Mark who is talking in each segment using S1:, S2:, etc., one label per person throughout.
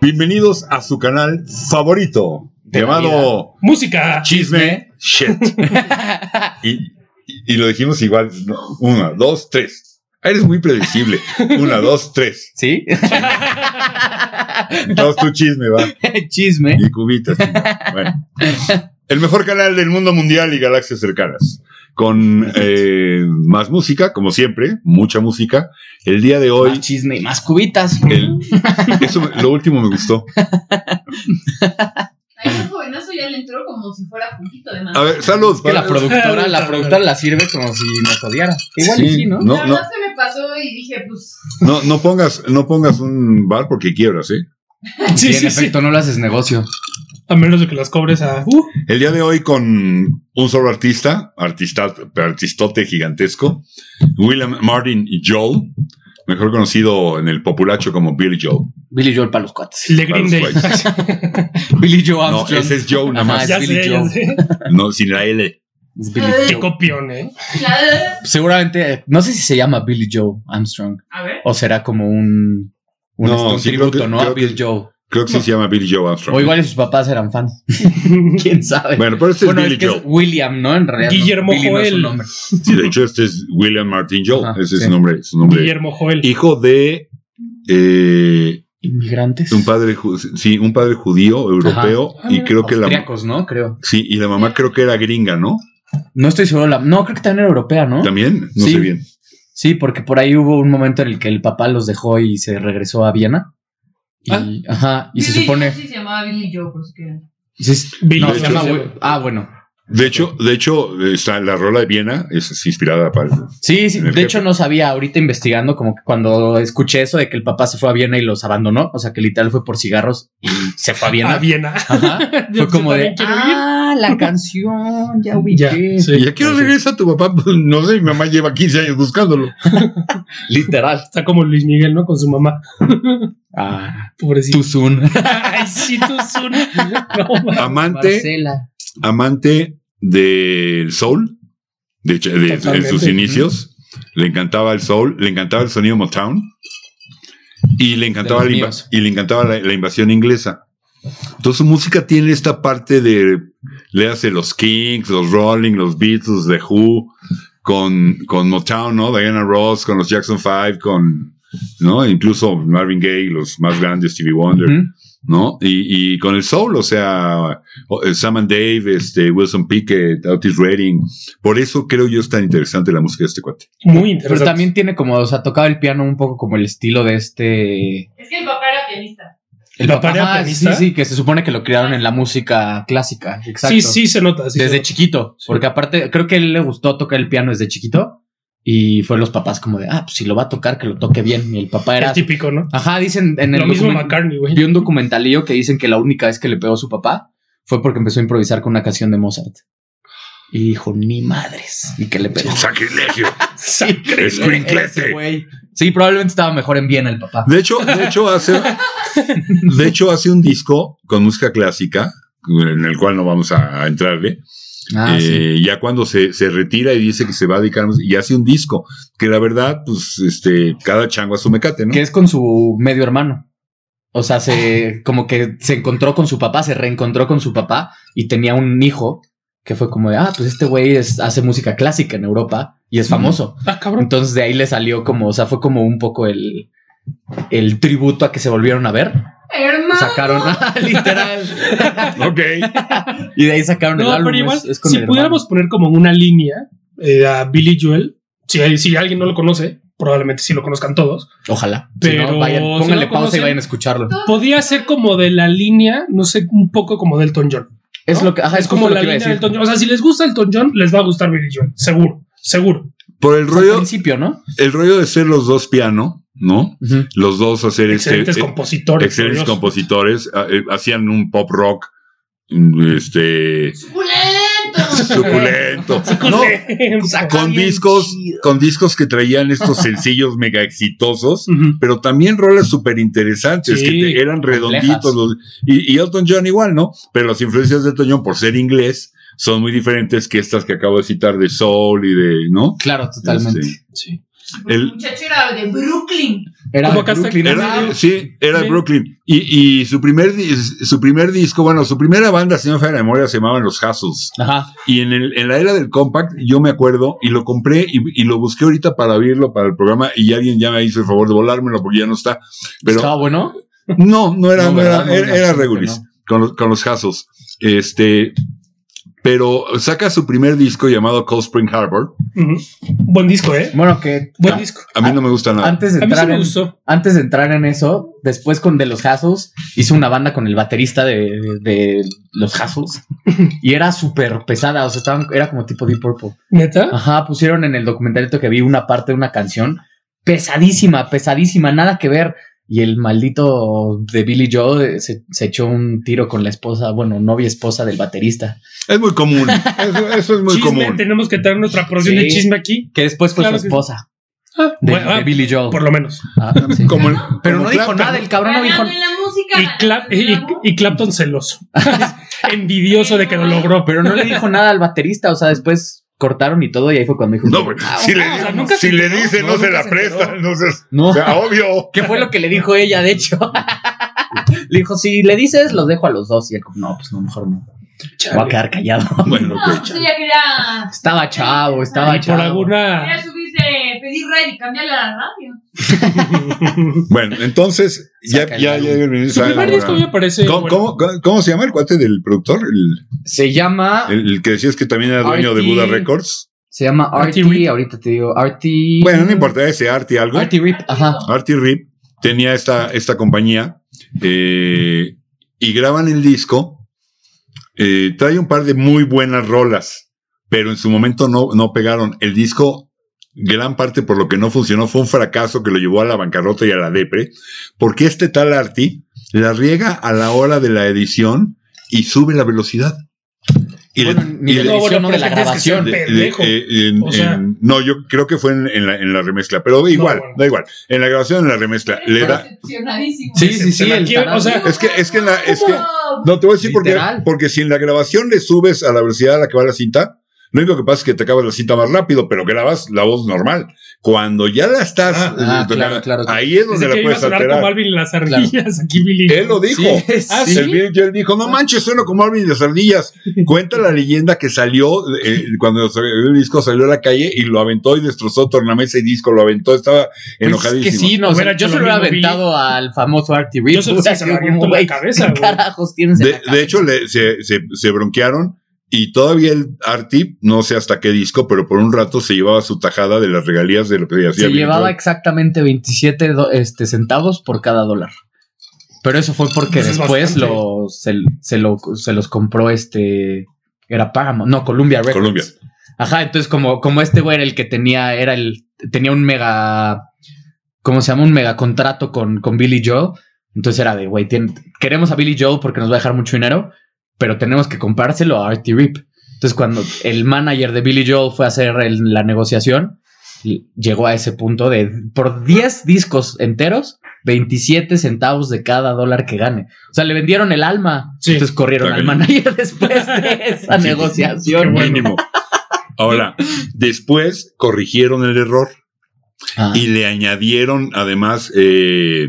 S1: Bienvenidos a su canal favorito,
S2: De la
S1: llamado
S3: Música.
S1: Chisme Shit. y, y- y lo dijimos igual, ¿no? una, dos, tres. Eres muy predecible. Una, dos, tres.
S2: ¿Sí?
S1: Dos, tu chisme, va.
S2: Chisme.
S1: Y cubitas. chinga. Bueno. El mejor canal del mundo mundial y galaxias cercanas. Con eh, más música, como siempre, mucha música. El día de hoy,
S2: Más chisme y más cubitas.
S1: el- eso, me- lo último me gustó.
S4: A ese jovenazo ya le entró como si fuera juguito de más.
S1: A ver, salud.
S2: Es que la
S1: para-
S2: productora, la productora la sirve como si nos odiara. Igual y
S1: Sí,
S2: sí, ¿no?
S1: no,
S4: la
S1: no.
S4: verdad se me pasó y dije, pues,
S1: No, no pongas, no pongas un bar porque quiebras, ¿eh?
S3: Sí,
S2: Y
S3: sí,
S2: en
S3: sí.
S2: efecto no lo haces negocio.
S3: A menos de que las cobres a. Uh,
S1: El día de hoy con un solo artista, artista artistote gigantesco, William Martin Joel, mejor conocido en el populacho como Billy Joel.
S2: Billy Joel para los cuates.
S3: Le Green Day.
S1: Para los güeyes.
S2: Billy Joe
S1: No,
S2: Armstrong.
S1: ese es Joe nada más,
S2: Ajá,
S3: ya
S2: es Billy
S3: sé, ya
S2: Joe.
S3: sé.
S1: no sin la L.
S2: Es Billy
S4: Ay.
S3: Qué
S2: Joe.
S3: copión, eh.
S4: ya-
S2: Seguramente, eh, no sé si se llama Billy Joe Armstrong
S4: a ver.
S2: o será como un, un,
S1: No,
S2: este, un
S1: sí, creo
S2: tributo,
S1: que-
S2: ¿no?
S1: creo
S2: A
S1: que-
S2: Bill Joe.
S1: Creo que sí se llama Billy Joe Armstrong.
S2: O igual y sus papás eran fans. ¿Quién sabe?
S1: Bueno, pero este
S2: Bueno,
S1: es
S2: es
S1: Billy
S2: que es
S1: Joel.
S2: William, ¿no? En realidad. no,
S3: Guillermo
S2: Billy no es su
S3: Joel.
S2: nombre.
S1: Sí, de hecho este es William Martin Joel.
S2: Ajá,
S1: Ese es
S2: sí.
S1: su nombre, su nombre.
S3: Guillermo Joel.
S1: Hijo de eh,
S2: Inmigrantes.
S1: un padre, ju- sí, un padre judío europeo
S2: Ah,
S1: y
S2: mira,
S1: creo que la
S2: Austriacos, ¿no? Creo.
S1: sí y la mamá creo que era gringa, ¿no?
S2: No estoy seguro. La... No, creo que también era europea, ¿no?
S1: También, no
S2: Sí.
S1: sé bien.
S2: Sí, porque por ahí hubo un momento en el que el papá los dejó y se regresó a Viena. Y,
S1: Ah.
S2: Ajá, y se
S4: Billy
S2: supone.
S4: Joe sí se llamaba Billy Joe, por si quieren.
S2: sí, es-
S3: Billy
S2: no,
S1: Joel.
S2: se llama Wi- Ah, bueno.
S1: De hecho, de hecho, está la rola de Viena es es inspirada para
S2: Sí, sí,
S1: En
S2: de
S1: el
S2: hecho no sabía ahorita investigando, como que cuando escuché eso de que el papá se fue a Viena y los abandonó, o sea que literal fue por cigarros y se fue a
S3: A
S2: Viena.
S3: Viena.
S2: Ajá. Fue como de.
S3: también quiero ir.
S2: Ah, la canción, ya ubiqué.
S3: Ya, sí.
S1: ¿Y a qué hora regresa tu papá? pues, No sé, mi mamá lleva 15 años buscándolo.
S2: Literal.
S3: Está como Luis Miguel, ¿no? Con su mamá.
S2: Ah,
S3: Pobrecito.
S2: Tuzun.
S3: Ay, sí, tú son. No, ma-
S1: Amante,
S2: Marcela.
S1: amante del soul, de, hecho, de- en sus
S3: Totalmente.
S1: inicios. Le encantaba el soul, le encantaba el sonido Motown y le encantaba,
S2: De los
S1: la, inva-
S2: míos.
S1: y le encantaba la, la invasión inglesa. Entonces su música tiene esta parte de, le hace los Kings, los Rolling, los Beatles, The Who, con, con Motown, ¿no? Diana Ross, con los Jackson Five, con, ¿no? Incluso Marvin Gaye, los más grandes, Stevie Wonder.
S2: Ujú.
S1: ¿no? Y, y con el soul, o sea, o- eh, Sam and Dave, este, Wilson Pickett, Otis Redding. Por eso creo yo es tan interesante la música de este cuate.
S3: Muy
S2: Pero
S3: interesante.
S2: también tiene como, o sea, tocaba el piano un poco como el estilo de este.
S4: Es que el papá era pianista.
S2: El
S3: ¿La tarea
S2: ajá,
S3: pianista?
S2: Sí, sí, que se supone que lo crearon en la música clásica. Exacto.
S3: Sí, sí se nota. sí se
S2: desde
S3: nota.
S2: chiquito.
S3: Sí.
S2: Porque aparte, creo que a él le gustó tocar el piano desde chiquito. Y fue los papás como de, ah, pues si lo va a tocar, que lo toque bien. Y el papá era.
S3: Es típico, ¿no?
S2: Ajá, dicen en el.
S3: Lo mismo
S2: document-
S3: McCartney, güey.
S2: Vi un documentalillo que dicen que la única vez que le pegó su papá fue porque empezó a improvisar con una canción de Mozart. Y dijo, ni madres. Y que le pegó.
S1: ¡Sacrilegio!
S3: Sí.
S1: ¡Escuinclete!
S2: Ese güey. Sí, probablemente estaba mejor en Viena el papá.
S1: De hecho, de hecho hace, de hecho hace un disco con música clásica, en el cual no vamos a, a entrarle.
S2: Ah, sí.
S1: Eh, Ya cuando se, se retira y dice que se va a dedicar a música, y hace un disco, que la verdad, pues, este, cada chango a su mecate, ¿no?
S2: que es con su medio hermano. O sea, se como que se encontró con su papá, se reencontró con su papá y tenía un hijo que fue como de, ah, pues este güey es- hace música clásica en Europa y es famoso.
S3: Ah, cabrón.
S2: Entonces de ahí le salió como, o sea, fue como un poco el, el tributo a que se volvieron a ver.
S4: Hermano.
S2: Sacaron, ah, literal.
S1: Ok.
S2: y de ahí sacaron el
S3: No,
S2: álbum.
S3: pero igual,
S2: es- es con
S3: si
S2: el hermano.
S3: pudiéramos poner como una línea eh, a Billy Joel, si, si alguien no lo conoce, probablemente sí lo conozcan todos,
S2: Ojalá. si
S3: Pero
S2: no, vayan,
S3: si no
S2: pónganle
S3: conocen-
S2: pausa y vayan a escucharlo.
S3: podía ser como de la línea, no sé, un poco como del Elton John.
S2: Es lo que, ajá,
S3: Es,
S2: es,
S3: como
S2: justo
S3: la
S2: lo que iba a
S3: línea del
S2: decir.
S3: Elton John. O sea, si les gusta Elton John, les va a gustar Billy Joel, seguro, seguro.
S1: Por el
S2: O sea, al
S1: rollo,
S2: principio, ¿no?
S1: el rollo de ser los dos piano, ¿no?
S2: Ujú.
S1: Los dos hacer este,
S3: Excelentes
S1: eh,
S3: compositores.
S1: excelentes
S3: por Dios.
S1: compositores ah, eh, hacían un pop rock mm, este
S4: Suculento.
S1: suculento no, con
S2: bien
S1: discos
S2: chido.
S1: con discos que traían estos sencillos mega exitosos
S3: Ujú.
S1: pero también rolas súper interesantes
S3: Sí,
S1: que te- eran
S2: complejas.
S1: redonditos los- y, y Elton John igual no pero las influencias de Elton John por ser inglés son muy diferentes que estas que acabo de citar de Soul y de no
S2: Claro, totalmente.
S1: Este,
S3: Sí.
S1: El-
S4: El muchacho era de Brooklyn.
S2: Era
S3: Como acá está-
S2: Brooklyn.
S1: Era-
S3: Ajá.
S1: sí, era
S3: Sí.
S1: Brooklyn. Y, y su, primer, di- su primer disco, bueno, su primera banda, si no me falla la memoria, se llamaban Los Hustles.
S2: Ajá.
S1: Y en, el, en la era del compact, yo me acuerdo, y lo compré y, y lo busqué ahorita para abrirlo para el programa, y alguien ya me hizo el favor de volármelo porque ya no está. Pero
S2: Estaba bueno.
S1: no, no era,
S2: No,
S1: no era,
S2: ¿verdad? No,
S1: era,
S2: no,
S1: era
S2: creo que
S1: Regulis,
S2: no.
S1: con, los- con los Hustles. Este, pero saca su primer disco llamado Cold Spring Harbor.
S3: Ujú. Buen disco, ¿eh?
S2: Bueno, que
S3: Buen
S1: Ah,
S3: disco.
S1: A mí no me gusta nada.
S2: antes de
S3: A mí sí
S2: entrar
S3: me
S2: en,
S3: gustó.
S2: antes de entrar en eso, después con de los Hassles, hizo una banda con el baterista de, de los Hassles y era súper pesada, o sea, estaban, era como tipo Deep Purple.
S3: ¿Neta?
S2: Ajá, pusieron en el documentalito que vi una parte de una canción pesadísima, pesadísima, nada que ver. Y el maldito de Billy Joe eh, se, se echó un tiro con la esposa, bueno, novia esposa del baterista,
S1: Es muy común. Eso, eso es muy
S3: chisme,
S1: común.
S3: tenemos que traer nuestra producción
S2: Sí.
S3: de chisme aquí.
S2: que después fue
S3: Claro
S2: su
S3: que-
S2: esposa
S3: Ah,
S2: de,
S3: bueno, ah,
S2: de Billy Joe.
S3: por lo menos.
S2: Ah, sí.
S1: Como el-
S2: Pero no
S1: como
S2: dijo
S1: Clapton.
S2: nada, el cabrón no dijo
S4: Ganando en la música.
S3: Y, Cla-
S4: ganando en
S3: y,
S4: el amor.
S3: y Clapton celoso. Envidioso de que lo logró.
S2: Pero no le dijo nada al baterista, o sea, después cortaron y todo y ahí fue cuando dijo...
S1: No, güey, si le,
S3: Ah, o sea,
S1: di-
S3: nunca
S1: si
S3: se
S1: le
S3: enteró,
S1: dice,
S3: no,
S1: no, se
S3: nunca
S1: la
S3: se
S1: presta.
S3: enteró.
S1: No seas-
S2: No.
S1: o sea, obvio.
S2: ¿Qué fue lo que le dijo ella, de hecho? le dijo, si le dices, los dejo a los dos. Y él, como, no, pues no, mejor no.
S3: Chale.
S2: Voy a quedar callado.
S1: Bueno,
S4: No, pues ella quería.
S2: Estaba chavo, estaba
S3: Y por
S2: chavo.
S4: Quería
S3: alguna.
S4: subirse, pedir radio y cambiarle a la radio.
S1: Bueno, entonces, ya,
S2: Saca el
S1: ya,
S2: álbum.
S1: ya, ya-
S3: Su
S1: sale
S3: primer
S1: la-
S3: disco me parece.
S1: ¿Cómo,
S3: bueno.
S1: cómo, cómo- cómo se llama el cuate del productor? El,
S2: Se llama,
S1: el- el que decías que también era dueño de
S2: RT.
S1: Buda Records.
S2: se llama RT,
S3: RT Rip.
S2: ahorita te digo, RT...
S1: Bueno, no importa, ese Artie algo.
S2: RT Rip, ajá.
S1: Artie Rip tenía esta, esta compañía eh, y graban el disco. eh, trae un par de muy buenas rolas, pero en su momento no, no pegaron. El disco, gran parte por lo que no funcionó, fue un fracaso que lo llevó a la bancarrota y a la depre, porque este tal Artie la riega a la hora de la edición y sube la velocidad. Y le-
S2: Bueno, ni
S1: y
S2: de
S1: le-
S2: la edición, no de
S3: pero
S2: la
S3: es que tienes que ser
S2: grabación.
S1: de- de-
S3: pendejo.
S1: eh, en-
S3: O sea-
S1: en- no, yo creo que fue en, en la, en la remezcla, pero igual,
S3: bueno.
S1: da igual. En la grabación, en la remezcla, le da.
S4: Decepcionadísimo.
S2: Sí, sí,
S3: Se
S2: sí,
S3: la
S2: el
S3: quiebra, o sea,
S2: tarado.
S1: Es que, es que, en la- es que
S4: ¿Cómo?
S1: no te voy a decir por qué,
S2: Literal.
S1: porque si en la grabación le subes a la velocidad a la que va la cinta, lo único que pasa es que te acabas la cinta más rápido, pero grabas la voz normal. Cuando ya la estás,
S3: Ah,
S1: eh,
S2: ah,
S1: te-
S2: claro, claro, claro.
S1: ahí es donde
S3: Dice
S1: la
S3: que iba a
S1: puedes
S3: sonar como
S1: alterar.
S3: Alvin y las ardillas. Aquí Billy.
S1: Él lo dijo.
S2: Sí,
S3: Ah,
S2: sí.
S1: El Bill Joel dijo, no manches, suena como Alvin y las ardillas. Cuenta la leyenda que salió, eh, cuando salió el disco salió a la calle y lo aventó y destrozó tornamesa y disco, lo aventó, estaba
S2: Pues
S1: enojadísimo.
S2: Es que sí, no, o sea,
S3: Hubiera
S2: yo
S3: hecho
S2: se
S3: lo
S2: lo hubiera
S3: mismo, Billy.
S2: aventado al famoso Artie Rip.
S3: Yo se lo
S2: Hubiera
S3: sí, se lo
S2: sido
S3: aviento en
S2: como,
S3: la
S2: güey,
S3: cabeza,
S2: ¿qué
S3: güey.
S2: Carajos, tienes en la
S1: De,
S2: cabeza?
S1: de hecho, le- se, se- se bronquearon y todavía el Artip, no sé hasta qué disco, pero por un rato se llevaba su tajada de las regalías de lo que hacía.
S2: se
S1: Billy
S2: llevaba
S1: Joel.
S2: exactamente 27 do- este, centavos por cada dólar. Pero eso fue porque
S3: Pues es
S2: después
S3: bastante.
S2: lo, se, se lo, se los compró este. Era Paramount, no, Columbia Records.
S1: Columbia.
S2: Ajá, entonces como, como este güey era el que tenía, era el, tenía un mega, ¿cómo se llama? Un mega contrato con, con Billy Joe. Entonces era de, güey, tien- queremos a Billy Joe porque nos va a dejar mucho dinero, pero tenemos que comprárselo a Artie Rip. Entonces cuando el manager de Billy Joe fue a hacer el- la negociación, l- llegó a ese punto de, por 10 discos enteros, 27 centavos de cada dólar que gane. O sea, le vendieron el alma.
S3: Sí.
S2: Entonces corrieron
S1: Está
S2: al
S1: cañón.
S2: manager después de esa
S1: Sí.
S2: negociación.
S3: Qué bueno.
S1: Mínimo. Ahora, después corrigieron el error
S2: Ah.
S1: y le añadieron además eh,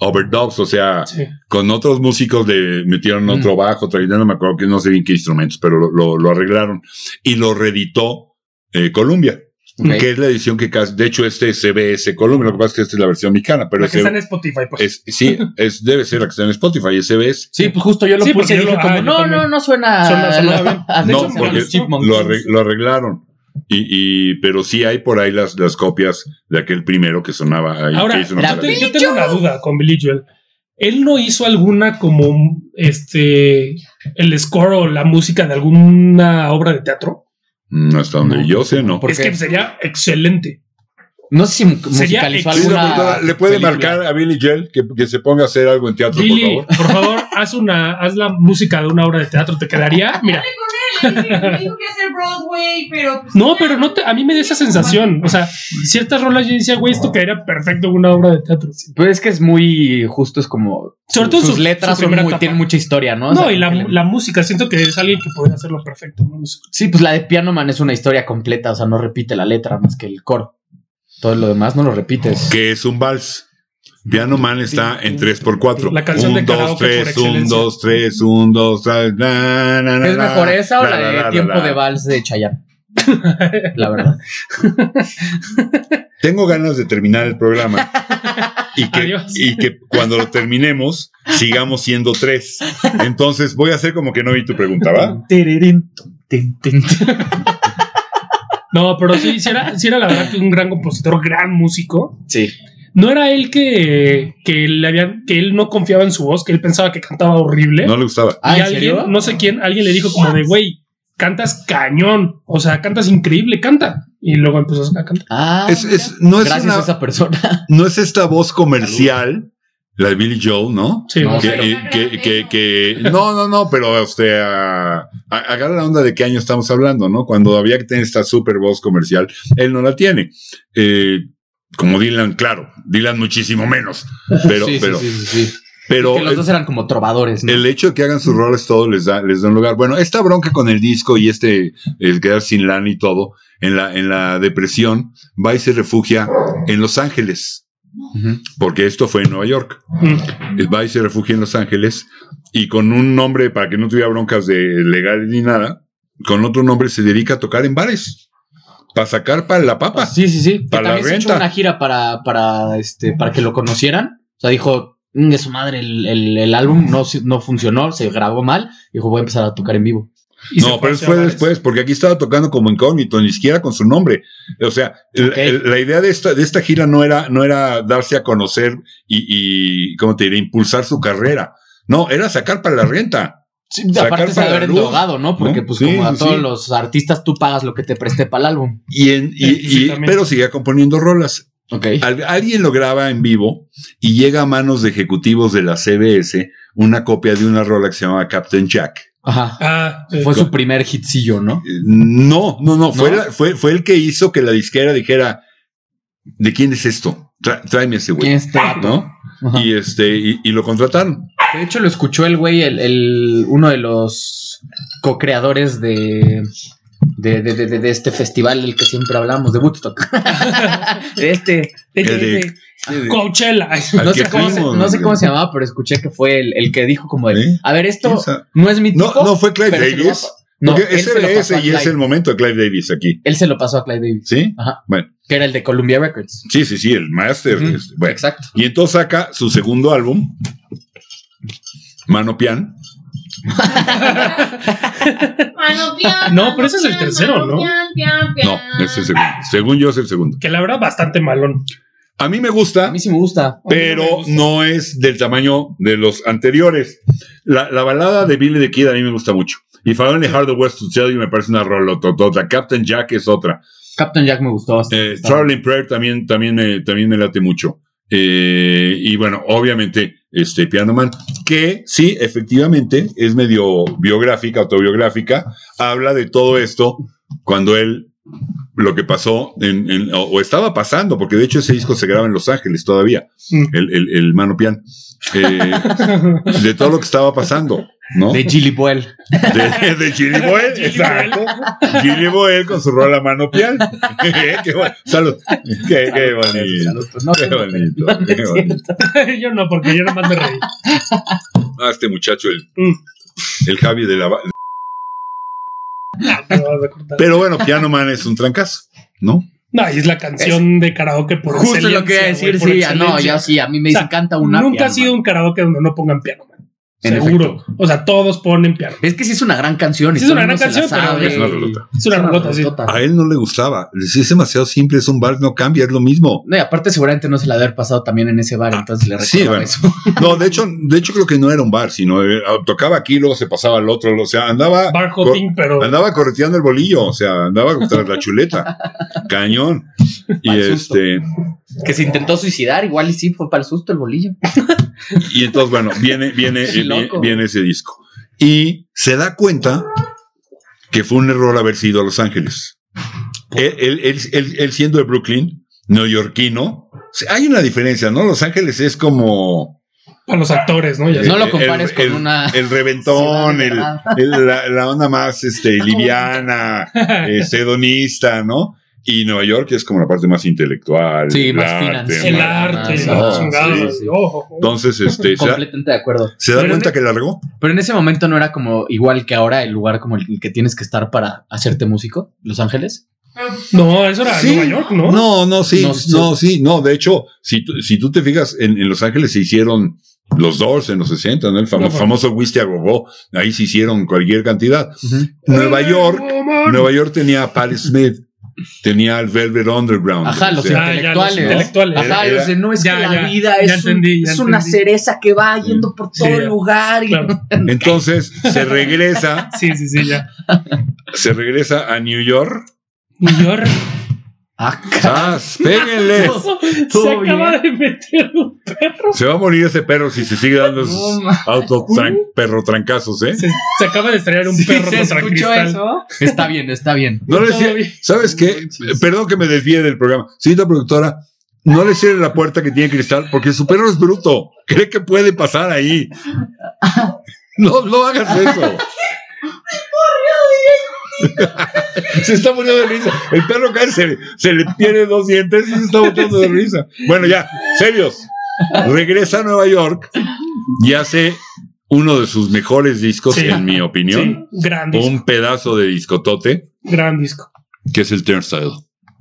S1: overdubs, o sea,
S3: Sí.
S1: con otros músicos le metieron otro
S2: Mm.
S1: bajo, otra guitarra, no me acuerdo que no sé bien qué instrumentos, pero lo, lo- lo arreglaron y lo reeditó eh, Columbia.
S2: Ok.
S1: que es la edición que casi, de hecho este es CBS Columbia, lo que pasa es que esta es la versión mexicana, pero
S3: La que
S1: ese-
S3: está en Spotify, pues.
S1: es, sí, es, debe ser la que está en Spotify, es CBS.
S2: Sí, pues justo yo lo
S3: Sí,
S2: puse
S3: porque
S2: y
S3: yo
S2: dije
S3: lo-
S2: como,
S3: ah, yo
S2: no,
S3: también.
S2: no, no suena...
S3: Suena- sonaba
S2: la-
S3: bien.
S2: Ah, de
S1: No,
S2: hecho, me
S1: porque
S2: los Chipmunks.
S1: Lo, arre- lo arreglaron. Y, y- pero sí hay por ahí las, las copias de aquel primero que sonaba ahí.
S3: Ahora,
S1: que hizo una
S2: la
S3: yo, te-
S1: maravilla.
S3: yo tengo una duda con Billy Joel. Él no hizo alguna como este el score o la música de alguna obra de teatro.
S1: Mm, hasta donde
S2: No.
S1: yo sé, no.
S2: ¿Por
S3: es
S2: qué?
S3: que sería excelente.
S2: No sé si mu- musicalizó
S3: Sí,
S1: Mira,
S2: alguna...
S1: doctora, ¿Le puede
S2: película.
S1: marcar a Billy Joel que, que se ponga a hacer algo en teatro, por
S3: Billy,
S1: favor?
S3: por favor, haz una, haz la música de una obra de teatro. Te quedaría, mira.
S4: Hablé con él, le dije, me dijo que hacer Broadway, pero. pues,
S3: No, pero no te- a mí me da esa sensación. O sea, ciertas rolas yo decía, güey, esto quedaría perfecto en una obra de teatro.
S2: Pero es que es muy justo, es como...
S3: Sobre todo
S2: sus
S3: su-
S2: letras
S3: su
S2: son
S3: primera
S2: muy,
S3: etapa.
S2: tienen mucha historia, ¿no? O
S3: No,
S2: sea,
S3: y la,
S2: como que le-
S3: la música, siento que es alguien que podría hacerlo perfecto. ¿no? No sé.
S2: Sí, pues la de Piano Man es una historia completa, o sea, no repite la letra más que el coro. Todo lo demás no lo repites.
S1: que es un vals. Piano Man está en 3x4.
S3: La canción de karaoke por
S1: 3,
S3: excelencia.
S1: 2, 3, 1, 2, 3. na, na, na,
S2: ¿Es
S1: na,
S2: mejor esa o
S1: la,
S2: la
S1: la,
S2: de
S1: la,
S2: Tiempo
S1: la.
S2: de Vals de Chayanne? La verdad.
S1: Tengo ganas de terminar el programa. Y que,
S3: Adiós.
S1: y que cuando lo terminemos, sigamos siendo tres. Entonces voy a hacer como que no vi tu pregunta, ¿va?
S2: Tirirín, tin, tin, tin.
S3: No, pero sí, sí era, sí era la verdad que un gran compositor, gran músico.
S2: Sí.
S3: No era él que, que, le habían, que él no confiaba en su voz, que él pensaba que cantaba horrible.
S1: No le gustaba.
S2: Ah,
S3: y
S2: ¿en
S3: alguien,
S2: serio?
S3: no sé quién, alguien le dijo como de, güey, cantas cañón. O sea, cantas increíble, canta. Y luego empezó a cantar.
S2: Ah,
S1: Es-
S2: mira.
S1: es- no, es
S2: gracias
S1: una-
S2: a esa persona.
S1: no es esta voz comercial, la de Billy Joel, ¿no?
S3: Sí,
S2: No,
S3: o sea,
S1: Que, eh, que, que, que- no, no, no, pero o sea, a- agarra la onda de qué año estamos hablando, ¿no? Cuando había que tener esta super voz comercial, él no la tiene. Eh, como Dylan, claro, Dylan muchísimo menos. Pero,
S2: Sí, sí,
S1: pero,
S2: sí, sí, sí.
S1: pero
S2: que los dos eran como trovadores, ¿no?
S1: el hecho de que hagan sus roles todo les da, les da un lugar. Bueno, esta bronca con el disco y este, el quedar sin lana y todo, en la, en la depresión, va y se refugia en Los Ángeles,
S2: Ujú.
S1: porque esto fue en Nueva York.
S3: mm,
S1: Él va y se refugia en Los Ángeles y con un nombre, para que no tuviera broncas de legales ni nada, con otro nombre se dedica a tocar en bares, para sacar para la papa.
S2: Ah, Sí, sí, sí. Que
S1: Para la
S2: también se echó
S1: renta.
S2: una gira para, para, este, para que lo conocieran. O sea, dijo, "Mm, de su madre, el, el- el álbum no, se- no funcionó, se grabó mal. Dijo, voy a empezar a tocar en vivo.
S3: y se
S1: no, pero eso
S3: hacia
S1: fue
S3: bares.
S1: después, porque aquí estaba tocando como incógnito, ni siquiera con su nombre. O sea, el-
S2: Ok.
S1: el- la idea de esta, de esta gira no era, no era darse a conocer y, y, ¿cómo te diré?, impulsar su carrera. No, era sacar para la renta.
S2: Sí,
S1: Sacar
S2: aparte se
S1: para la
S2: haber
S1: luz,
S2: endogado, ¿no? Porque
S1: ¿no?
S2: pues
S1: Sí,
S2: como a
S1: sí,
S2: todos
S1: sí.
S2: los artistas tú pagas lo que te presté para el álbum.
S1: Y en, y-
S3: Sí, sí,
S1: y-
S3: también.
S1: pero seguía componiendo rolas.
S2: Ok.
S1: Al- alguien lo graba en vivo y llega a manos de ejecutivos de la CBS una copia de una rola que se llamaba Captain Jack.
S2: Ajá.
S3: Ah, sí.
S2: Fue su primer hitsillo, ¿no?
S1: Eh, No, no, no. Fue,
S2: ¿No?
S1: la- fue, fue el que hizo que la disquera dijera: ¿de quién es esto? Tra- tráeme a ese
S2: ¿Quién
S1: güey.
S2: es este vato?
S1: ¿No?
S2: Ajá.
S1: Y este, y, y lo contrataron.
S2: De hecho, lo escuchó el güey, el, el- uno de los co-creadores de de, de, de- de- de este festival del que siempre hablamos, de Woodstock. De este.
S1: el de-
S3: Eh, eh, Coachella.
S1: Al
S2: No
S1: que
S2: sé, cómo se,
S1: fuimos,
S2: no sé
S1: güey.
S2: cómo se llamaba, pero escuché que fue el, el que dijo como de,
S1: ¿Eh?
S2: a ver,
S1: ¿Quién
S2: esto
S1: sabe?
S2: no es mi
S1: No,
S2: tipo,
S1: no fue Clive
S2: pero se lo
S1: Davis.
S2: va a- no,
S1: porque
S2: él
S1: es
S2: se lo pasó a
S1: CBS y es
S2: Clive.
S1: el momento de Clive Davis aquí.
S2: Él se lo pasó a Clive Davis,
S1: ¿Sí?
S2: Ajá.
S1: Bueno,
S2: que era el de Columbia Records.
S1: sí, sí, sí, el máster.
S3: Ujú.
S1: este, bueno.
S2: Exacto.
S1: Y entonces saca su segundo álbum, Mano Pian.
S3: No, pero ese es el tercero, ¿no?
S1: No, es el segundo. Según yo es el segundo.
S3: Que la verdad, bastante malón.
S1: A mí me
S2: A
S1: gusta,
S2: mí sí me gusta.
S1: pero no es del tamaño de los anteriores. La, la balada de Billy the Kid a mí me gusta mucho. Y Finally Hard the West to Tell You me parece una rolototota. Captain Jack es otra.
S2: Captain Jack me gustó bastante.
S1: Eh, Traveling Prayer también, también, me, también me late mucho. Eh, y bueno, obviamente, este Piano Man, que sí, efectivamente, es medio biográfica, autobiográfica, habla de todo esto cuando él lo que pasó en, en- o, o estaba pasando, porque de hecho ese disco se graba en Los Ángeles todavía,
S3: Mm.
S1: el, el, el Mano Pian, eh, de todo lo que estaba pasando, ¿no?
S2: De Gilly Boyle.
S1: De, de Gilly Boyle,
S3: Gilly
S1: exacto. Gilly Boyle con su rola mano pial. Eh, qué bueno. Salud. Qué, qué bonito.
S2: Salud, pues, no,
S1: Qué
S2: no, no,
S1: bonito.
S2: no, no es
S1: Qué
S2: cierto.
S1: bonito.
S3: yo no, porque yo nada más me reí.
S1: Ah, este muchacho, el,
S3: Mm.
S1: el Javi de la. ba-
S3: Ah, No, te vas a cortar.
S1: Pero bueno, Piano Man es un trancazo, ¿no?
S3: No, y es la canción de karaoke por
S2: Justo lo que iba a
S3: excelencia,
S2: decir,
S3: güey,
S2: sí,
S3: por
S2: ah, no,
S3: excelencia.
S2: ya sí, a mí me
S3: O sea,
S2: encanta una.
S3: Nunca
S2: piano,
S3: ha sido
S2: man.
S3: un karaoke donde no pongan piano, man.
S2: En
S3: Seguro. O sea, todos ponen piano.
S2: Es que sí es una gran canción. y
S3: Sí es
S2: todo
S3: una
S2: el
S3: gran
S2: mundo se la
S3: canción, pero-
S2: sabe.
S1: Es una rolota.
S3: Es una rolota, sí.
S2: rolota.
S1: A él no le gustaba. Le decía, Es demasiado simple, es un bar, no cambia, es lo mismo.
S2: No, y aparte seguramente no se la debe haber pasado también en ese bar, entonces le
S1: Ah, Sí,
S2: recordaba
S1: bueno.
S2: eso.
S1: No, de hecho, de hecho creo que no era un bar, sino eh, tocaba aquí, luego se pasaba al otro. O sea, andaba.
S3: Bar hopping, pero.
S1: Andaba correteando el bolillo, o sea, andaba tras la chuleta. Cañón. Y
S2: Mal susto.
S1: este.
S2: Que se intentó suicidar, igual y sí, fue para el susto el bolillo.
S1: Y entonces, bueno, viene, viene,
S2: Qué
S1: eh, viene,
S2: loco.
S1: viene ese disco. Y se da cuenta que fue un error haber sido a Los Ángeles. Él, él- él- él- él siendo de Brooklyn, neoyorquino, hay una diferencia, ¿no? Los Ángeles es como
S3: Para los actores, ¿no? Ya
S1: Eh,
S2: No
S3: sé.
S2: lo compares con una
S1: el reventón,
S2: ciudad de
S1: el,
S2: verdad.
S1: el- la, la onda más este, liviana, eh, sedonista, ¿no? Y Nueva York es como la parte más intelectual.
S2: Sí, más
S1: financiera.
S3: El
S2: financiera. Sí,
S3: arte,
S2: sí,
S3: la
S1: Ah, sí,
S3: chingada,
S2: sí.
S3: ojo, ojo.
S1: Entonces, este, se, da,
S2: Completamente de acuerdo.
S1: se da
S3: Pero
S1: cuenta
S3: en-
S1: que la largó.
S2: Pero en ese momento no era como igual que ahora el lugar como el que tienes que estar para hacerte músico, Los Ángeles.
S4: pues,
S3: No, eso era
S1: Sí.
S3: Nueva York, ¿no?
S1: No, no, sí,
S2: No,
S1: no, sí, no. De hecho, si, tú- si tú te fijas, en, en Los Ángeles se hicieron los Doors en los 60, ¿no? El famo-
S3: No, bueno.
S1: famoso Whiskey a Go-Go. Ahí se hicieron cualquier cantidad. Nueva
S3: Hey,
S1: York,
S3: woman.
S1: Nueva York tenía a Patti Smith, tenía al Velvet Underground.
S2: Ajá,
S1: o
S2: los
S1: sea,
S3: Ah, ya, los
S2: intelectuales. ¿no?
S3: intelectuales.
S2: Ajá,
S1: Era-
S2: los de no es
S3: Ya,
S2: que la
S3: ya,
S2: vida
S3: ya
S2: es,
S3: entendí,
S2: un-
S3: ya
S2: es una
S3: entendí.
S2: cereza que va yendo por todo
S3: Sí, ya.
S2: el lugar. Y
S3: Claro.
S1: entonces se regresa,
S3: Sí, sí, sí, ya.
S1: se regresa a New York.
S3: New York.
S2: Ah,
S1: ¡Sas! ¡Péguenle!
S3: Se
S2: Todo
S3: acaba de meter un perro.
S1: Se va a morir ese perro si se sigue dando esos
S2: No, ma-
S1: autotran- perrotrancazos, ¿eh?
S3: Se, se acaba de estrellar un
S2: Sí,
S3: perro
S2: se
S3: contra
S2: escuchó
S3: cristal.
S2: eso. Está bien, está bien.
S1: No le cierre-
S3: Todavía.
S1: ¿Sabes qué? Perdón que me desvíe del programa. Señorita productora, no le cierre la puerta que tiene cristal porque su perro es bruto. Cree que puede pasar ahí. No, no hagas eso. Se está muriendo de risa. El perro cae, se, se le pierde dos dientes y se está botando de risa. Bueno, ya, serios. Regresa a Nueva York y hace uno de sus mejores discos,
S3: Sí.
S1: en mi opinión.
S3: Sí, gran disco.
S1: Un pedazo de discotote,
S3: Gran disco.
S1: que es el Turnstile.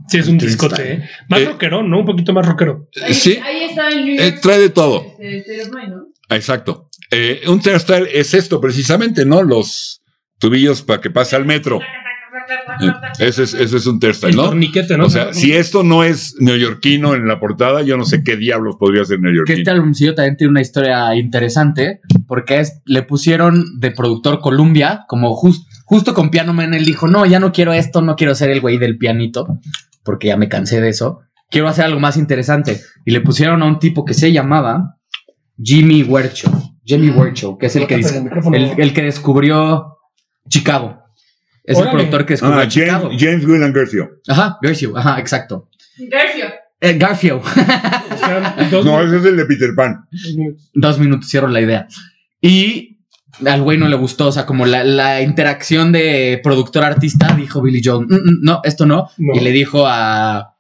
S3: Sí, es un
S2: Cristal.
S3: discote, ¿eh? Más
S1: Eh,
S3: rockero, ¿no? Un poquito más rockero.
S4: Ahí,
S1: Sí.
S4: ahí estaba el New
S1: Eh,
S4: York.
S1: trae de todo.
S4: Este, Stereo Boy, ¿no?
S1: Exacto. Eh, un turnstile es esto precisamente, ¿no? Los tubillos para que pase al metro. Eh, Ese es, eso es un turnstile,
S3: El
S1: Pues ¿no?
S3: torniquete, ¿no?
S1: O sea, si esto no es neoyorquino en la portada, yo no sé qué diablos podría ser
S2: Que este
S1: neoyorquino.
S2: álbumcillo también tiene una historia interesante, porque es- le pusieron de productor Columbia, como jus- justo con Piano Man, él dijo, no, ya no quiero esto, no quiero ser el güey del pianito, porque ya me cansé de eso, quiero hacer algo más interesante. Y le pusieron a un tipo que se llamaba Jimmy Wercho, Jimmy Wercho, que es el que,
S3: Bótate
S2: dis-
S3: el Ah. micrófono.
S2: el, el que descubrió Chicago. Es
S3: Órale.
S2: el productor que descubrió
S1: Ah,
S2: Chicago.
S1: James, James William Garfield.
S2: Ajá, Garfield, ajá, exacto.
S4: Garfio.
S2: Eh, Garfield.
S3: O sea, dos
S1: No, ese es el de Peter Pan.
S3: minutos.
S2: dos minutos cierro la idea. Y al güey no le gustó, o sea, como la, la interacción de productor-artista, dijo Billy Joel, "Mm, mm, no, esto no.
S3: No.
S2: Y le dijo a,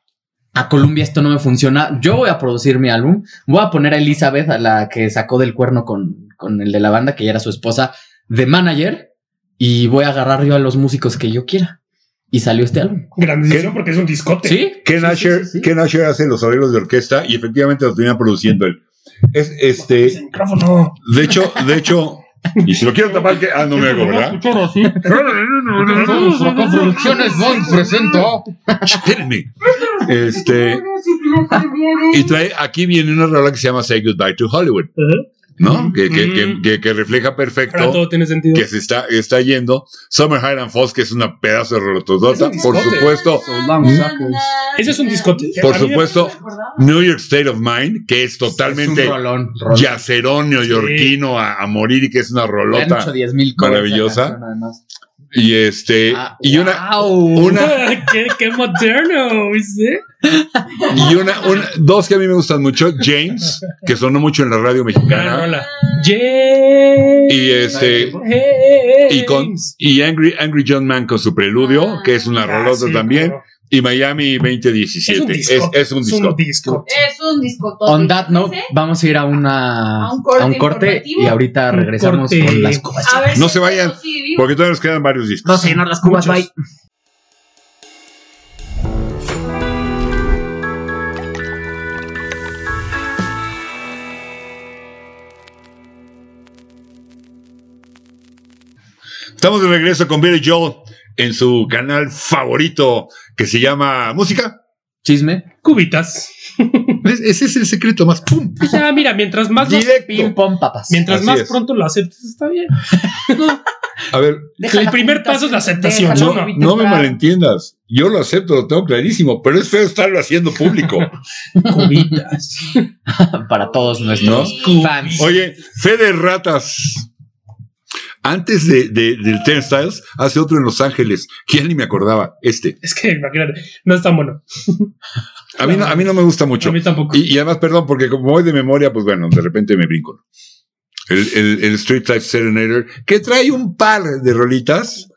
S2: a Columbia, esto no me funciona, yo voy a producir mi álbum, voy a poner a Elizabeth, a la que sacó del cuerno con, con el de la banda, que ya era su esposa, de manager, y voy a agarrar yo a los músicos que yo quiera. Y salió este álbum.
S3: Gran decisión porque es un discote.
S2: ¿Sí?
S1: Ken,
S2: Sí, sí,
S1: Asher,
S2: sí, sí.
S1: Ken Asher hace los arreglos de orquesta y efectivamente lo tenía produciendo él. Es,
S3: Ese
S1: este,
S3: micrófono.
S1: de hecho, de hecho, y si lo quiero tapar, que, ah, no me hago, ¿verdad?
S2: Producciones Boy presentó.
S1: Espérenme. Este. Y trae, aquí viene una rola que se llama Say Goodbye to Hollywood,
S3: Ajá.
S1: ¿no? Que, que- que-
S3: Mm.
S1: que- que refleja
S3: Ahora
S1: perfecto
S3: todo tiene sentido.
S1: que se está, está yendo. Summer High and Falls, que es una pedazo de rolotodota,
S3: Es un
S1: por
S3: discote.
S1: supuesto.
S3: Ese es un discote.
S1: Por
S3: A mí-
S1: supuesto, New York State of Mind, que es totalmente
S2: Es un rolón, rolón.
S1: yacerón neoyorquino a, a morir y que es una
S2: Le han
S1: rolota.
S2: hecho 10,000 covers a
S1: maravillosa.
S2: la canción, además.
S1: Y este,
S2: Ah,
S1: y una,
S2: wow.
S1: una,
S3: qué, qué moderno, ¿viste?
S1: y una, una- dos que a mí me gustan mucho, James, que sonó mucho en la radio
S3: Gran
S1: mexicana,
S3: rola. James.
S1: y este, y con y Angry, Angry John Man con su preludio,
S4: Ah.
S1: que es una rolota también, y Miami 2017. Es,
S3: Es
S1: es un
S3: un disco. Es
S1: disco.
S3: un disco.
S4: Es un discote.
S2: On that note,
S4: Ese.
S2: vamos a ir a una
S4: A un corte informativo.
S2: y
S4: Ah,
S2: ahorita
S3: Un
S2: regresamos
S3: corte.
S2: con las cubas.
S4: A ver
S1: No
S4: si
S1: se vayan,
S4: eso sí, digo.
S1: Porque todavía nos quedan varios discos.
S2: Vamos a llenar las cubas,
S3: Muchos.
S2: bye.
S1: Estamos de regreso con Billy Joel en su canal favorito que se llama Música.
S2: Chisme.
S3: Cubitas.
S1: ¿Ves? Ese es el secreto más pum.
S3: O sea, mira, mientras más lo-
S2: Pim
S1: Directo.
S2: pom papas.
S3: mientras
S1: Así
S3: más
S1: es.
S3: pronto lo aceptes, está bien.
S1: A ver,
S2: Deja
S3: el
S2: la
S3: primer
S2: cubita,
S3: paso es la
S2: deja
S3: aceptación,
S2: la
S1: no,
S3: no,
S2: cubita
S1: no me
S2: entrar.
S1: malentiendas. Yo lo acepto, lo tengo clarísimo, pero es feo estarlo haciendo público.
S3: Cubitas.
S2: Para todos nuestros
S4: No.
S2: fans.
S1: Oye, fe de ratas. Antes de, de- del Ten Styles, hace otro en Los Ángeles. que ya ni me acordaba? Este.
S3: Es que imagínate, no es tan bueno.
S1: A mí no, a mí no me gusta mucho.
S3: A mí tampoco.
S1: Y, y además, perdón, porque como voy de memoria, pues bueno, de repente me brinco. El, el- el Street Life Serenator, que trae un par de rolitas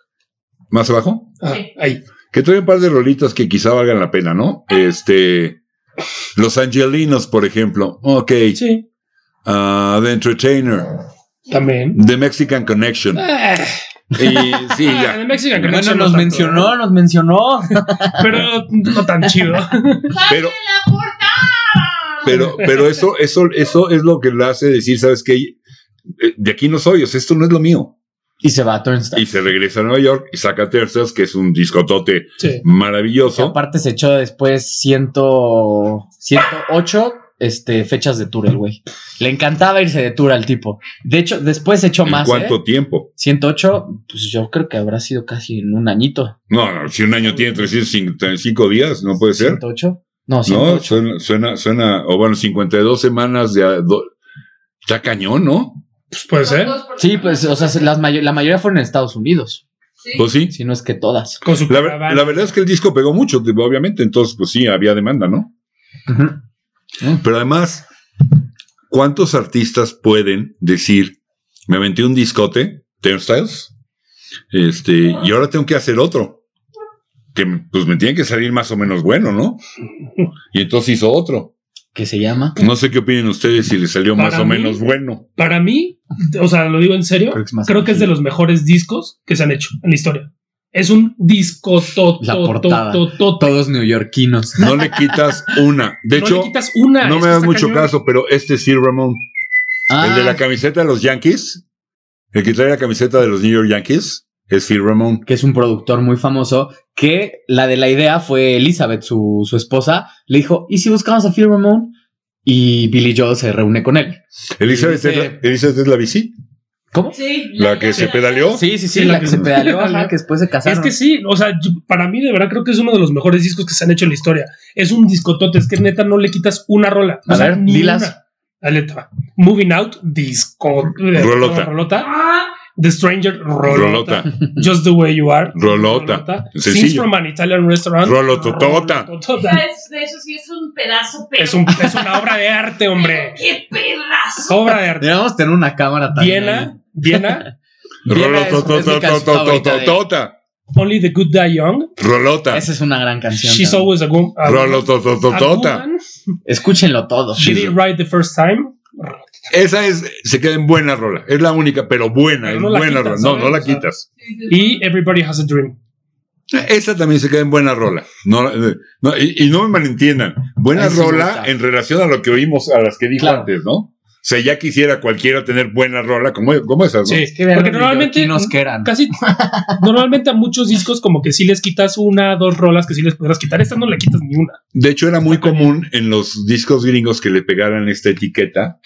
S1: más abajo,
S3: Ah, ahí.
S1: Que trae un par de rolitas que quizá valgan la pena, ¿no? Este. Los Angelinos, por ejemplo. Ok.
S3: Sí,
S1: Ah, The Entertainer.
S3: también.
S1: The Mexican Connection.
S3: Ah,
S1: Y sí,
S3: de
S1: ya.
S3: Ah,
S1: Bueno,
S3: Mexican Connection
S2: Bueno,
S3: no
S2: nos
S3: tanto, ¿eh?
S2: mencionó, nos mencionó.
S3: Pero no tan chido.
S1: Pero-
S4: ¡Saquen la portada!
S1: Pero, pero eso, eso, eso es lo que le hace decir, ¿sabes qué? Eh, De aquí no soy, o sea, esto no es lo mío.
S2: Y se va a Turnstile.
S1: Y se regresa a Nueva York y saca Terzas, que es un discotote
S3: Sí.
S2: Que
S1: maravilloso.
S2: aparte se echó después 100, 108 este, fechas de tour el güey. Le encantaba irse de tour al tipo. De hecho, después echó
S1: ¿En
S2: más.
S1: cuánto
S2: ¿eh?
S1: tiempo?
S2: 108, pues yo creo que habrá sido casi en un añito.
S1: No, no, si un año tiene 355 días, no puede ser.
S2: 108. No,
S1: No,
S2: 108.
S1: suena, suena, suena, o bueno, 52 semanas de... a do- Está cañón, ¿no?
S3: Pues puede
S4: Los
S3: ser.
S4: dos por
S2: Sí,
S4: semana.
S2: pues, o sea, las mayo- la mayoría fueron en Estados Unidos.
S4: Sí.
S1: Pues sí.
S2: Si no es que todas.
S3: Con su
S1: La, ver-
S3: caravana.
S1: la verdad es que el disco pegó mucho, tipo, obviamente, entonces pues sí, había demanda, ¿no? Pero además, ¿cuántos artistas pueden decir, me aventé un discote, Turnstiles, este, y ahora tengo que hacer otro? Que pues me tiene que salir más o menos bueno, ¿no? Y entonces hizo otro.
S2: Que se llama.
S1: No sé qué opinen ustedes si le salió
S3: Para
S1: más o
S3: mí-
S1: menos bueno.
S3: Para mí, o sea, lo digo en serio,
S2: Creo que es más
S3: creo que es de los mejores discos que se han hecho en la historia. Es un disco
S2: La portada. Todos neoyorquinos.
S1: No le quitas una. De
S3: no
S1: hecho,
S3: le quitas una.
S1: no me
S3: es que
S1: das
S3: está
S1: mucho
S3: cañón.
S1: caso, pero este sí, Ramón.
S2: Ah.
S1: El de la camiseta de los Yankees, el que trae la camiseta de los New York Yankees, es Phil Ramón.
S2: que es un productor muy famoso, que la de la idea fue Elizabeth, su, su esposa, le dijo, ¿y si buscamos a Phil Ramone? Y Billy Joel se reúne con él.
S1: Elizabeth,
S2: Dice-
S1: es la- Elizabeth es la bici,
S2: ¿Cómo?
S4: Sí,
S1: la que se pedaleó.
S2: Sí, sí, sí,
S3: Sí,
S2: la
S3: la
S2: que
S3: que-
S2: se pedaleó, ajá, que después se casaron.
S3: Es que sí, o sea, yo- para mí de verdad creo que es uno de los mejores discos que se han hecho en la historia. Es un discotote, es que neta no le quitas una rola. O
S2: A
S3: sea,
S2: ver,
S3: ni
S2: dilas.
S3: una. Dale, te va. Moving Out, disco. eh,
S1: Rolota.
S3: Rolota.
S4: Ah,
S3: The Stranger, rolota.
S1: Rolota,
S3: Just the Way You Are.
S1: Rolota.
S3: Scenes
S1: Sencillo.
S3: from an Italian Restaurant.
S1: Rolototota.
S3: Rolototota.
S4: esa es- de eso sí es un pedazo, pero.
S3: Es, un- es una obra de arte, hombre.
S4: ¡Qué pedazo!
S3: Obra de arte.
S2: Deberíamos tener una cámara también. ahí.
S3: Diana, Diana,
S2: Diana es- es mi canción favorita de-
S1: Rolota,
S3: Only the Good Die Young,
S1: tota. Rolota,
S2: Esa es una gran canción.
S3: She's
S2: también.
S3: Always a Woman,
S1: Rolotototota.
S2: Escúchenlo todo.
S3: She Did It Right the First Time,
S1: Esa es, se queda en buena rola, es la única, pero buena,
S3: Pero
S1: es
S3: no la
S1: buena rola.
S3: quitas,
S1: No, no
S3: ¿sabes?
S1: la
S3: O sea,
S1: quitas.
S3: y Everybody Has a Dream.
S1: Esa también se queda en buena rola. No, la- no, y, y no me malentiendan. Buena
S2: Ahí sí me
S1: rola
S2: gusta.
S1: en relación a lo que oímos, a las que dijo
S2: Claro.
S1: antes, ¿no? O sea, ya quisiera cualquiera tener buena rola como, como esas, ¿no?
S3: Sí,
S2: Es que vean
S3: porque
S2: los
S3: normalmente
S2: neoyorquinos que eran.
S3: casi normalmente a muchos discos como que si les quitas una, dos rolas que si les podrás quitar, esta no le quitas ni una.
S1: De hecho, era muy común en los discos gringos que le pegaran esta etiqueta,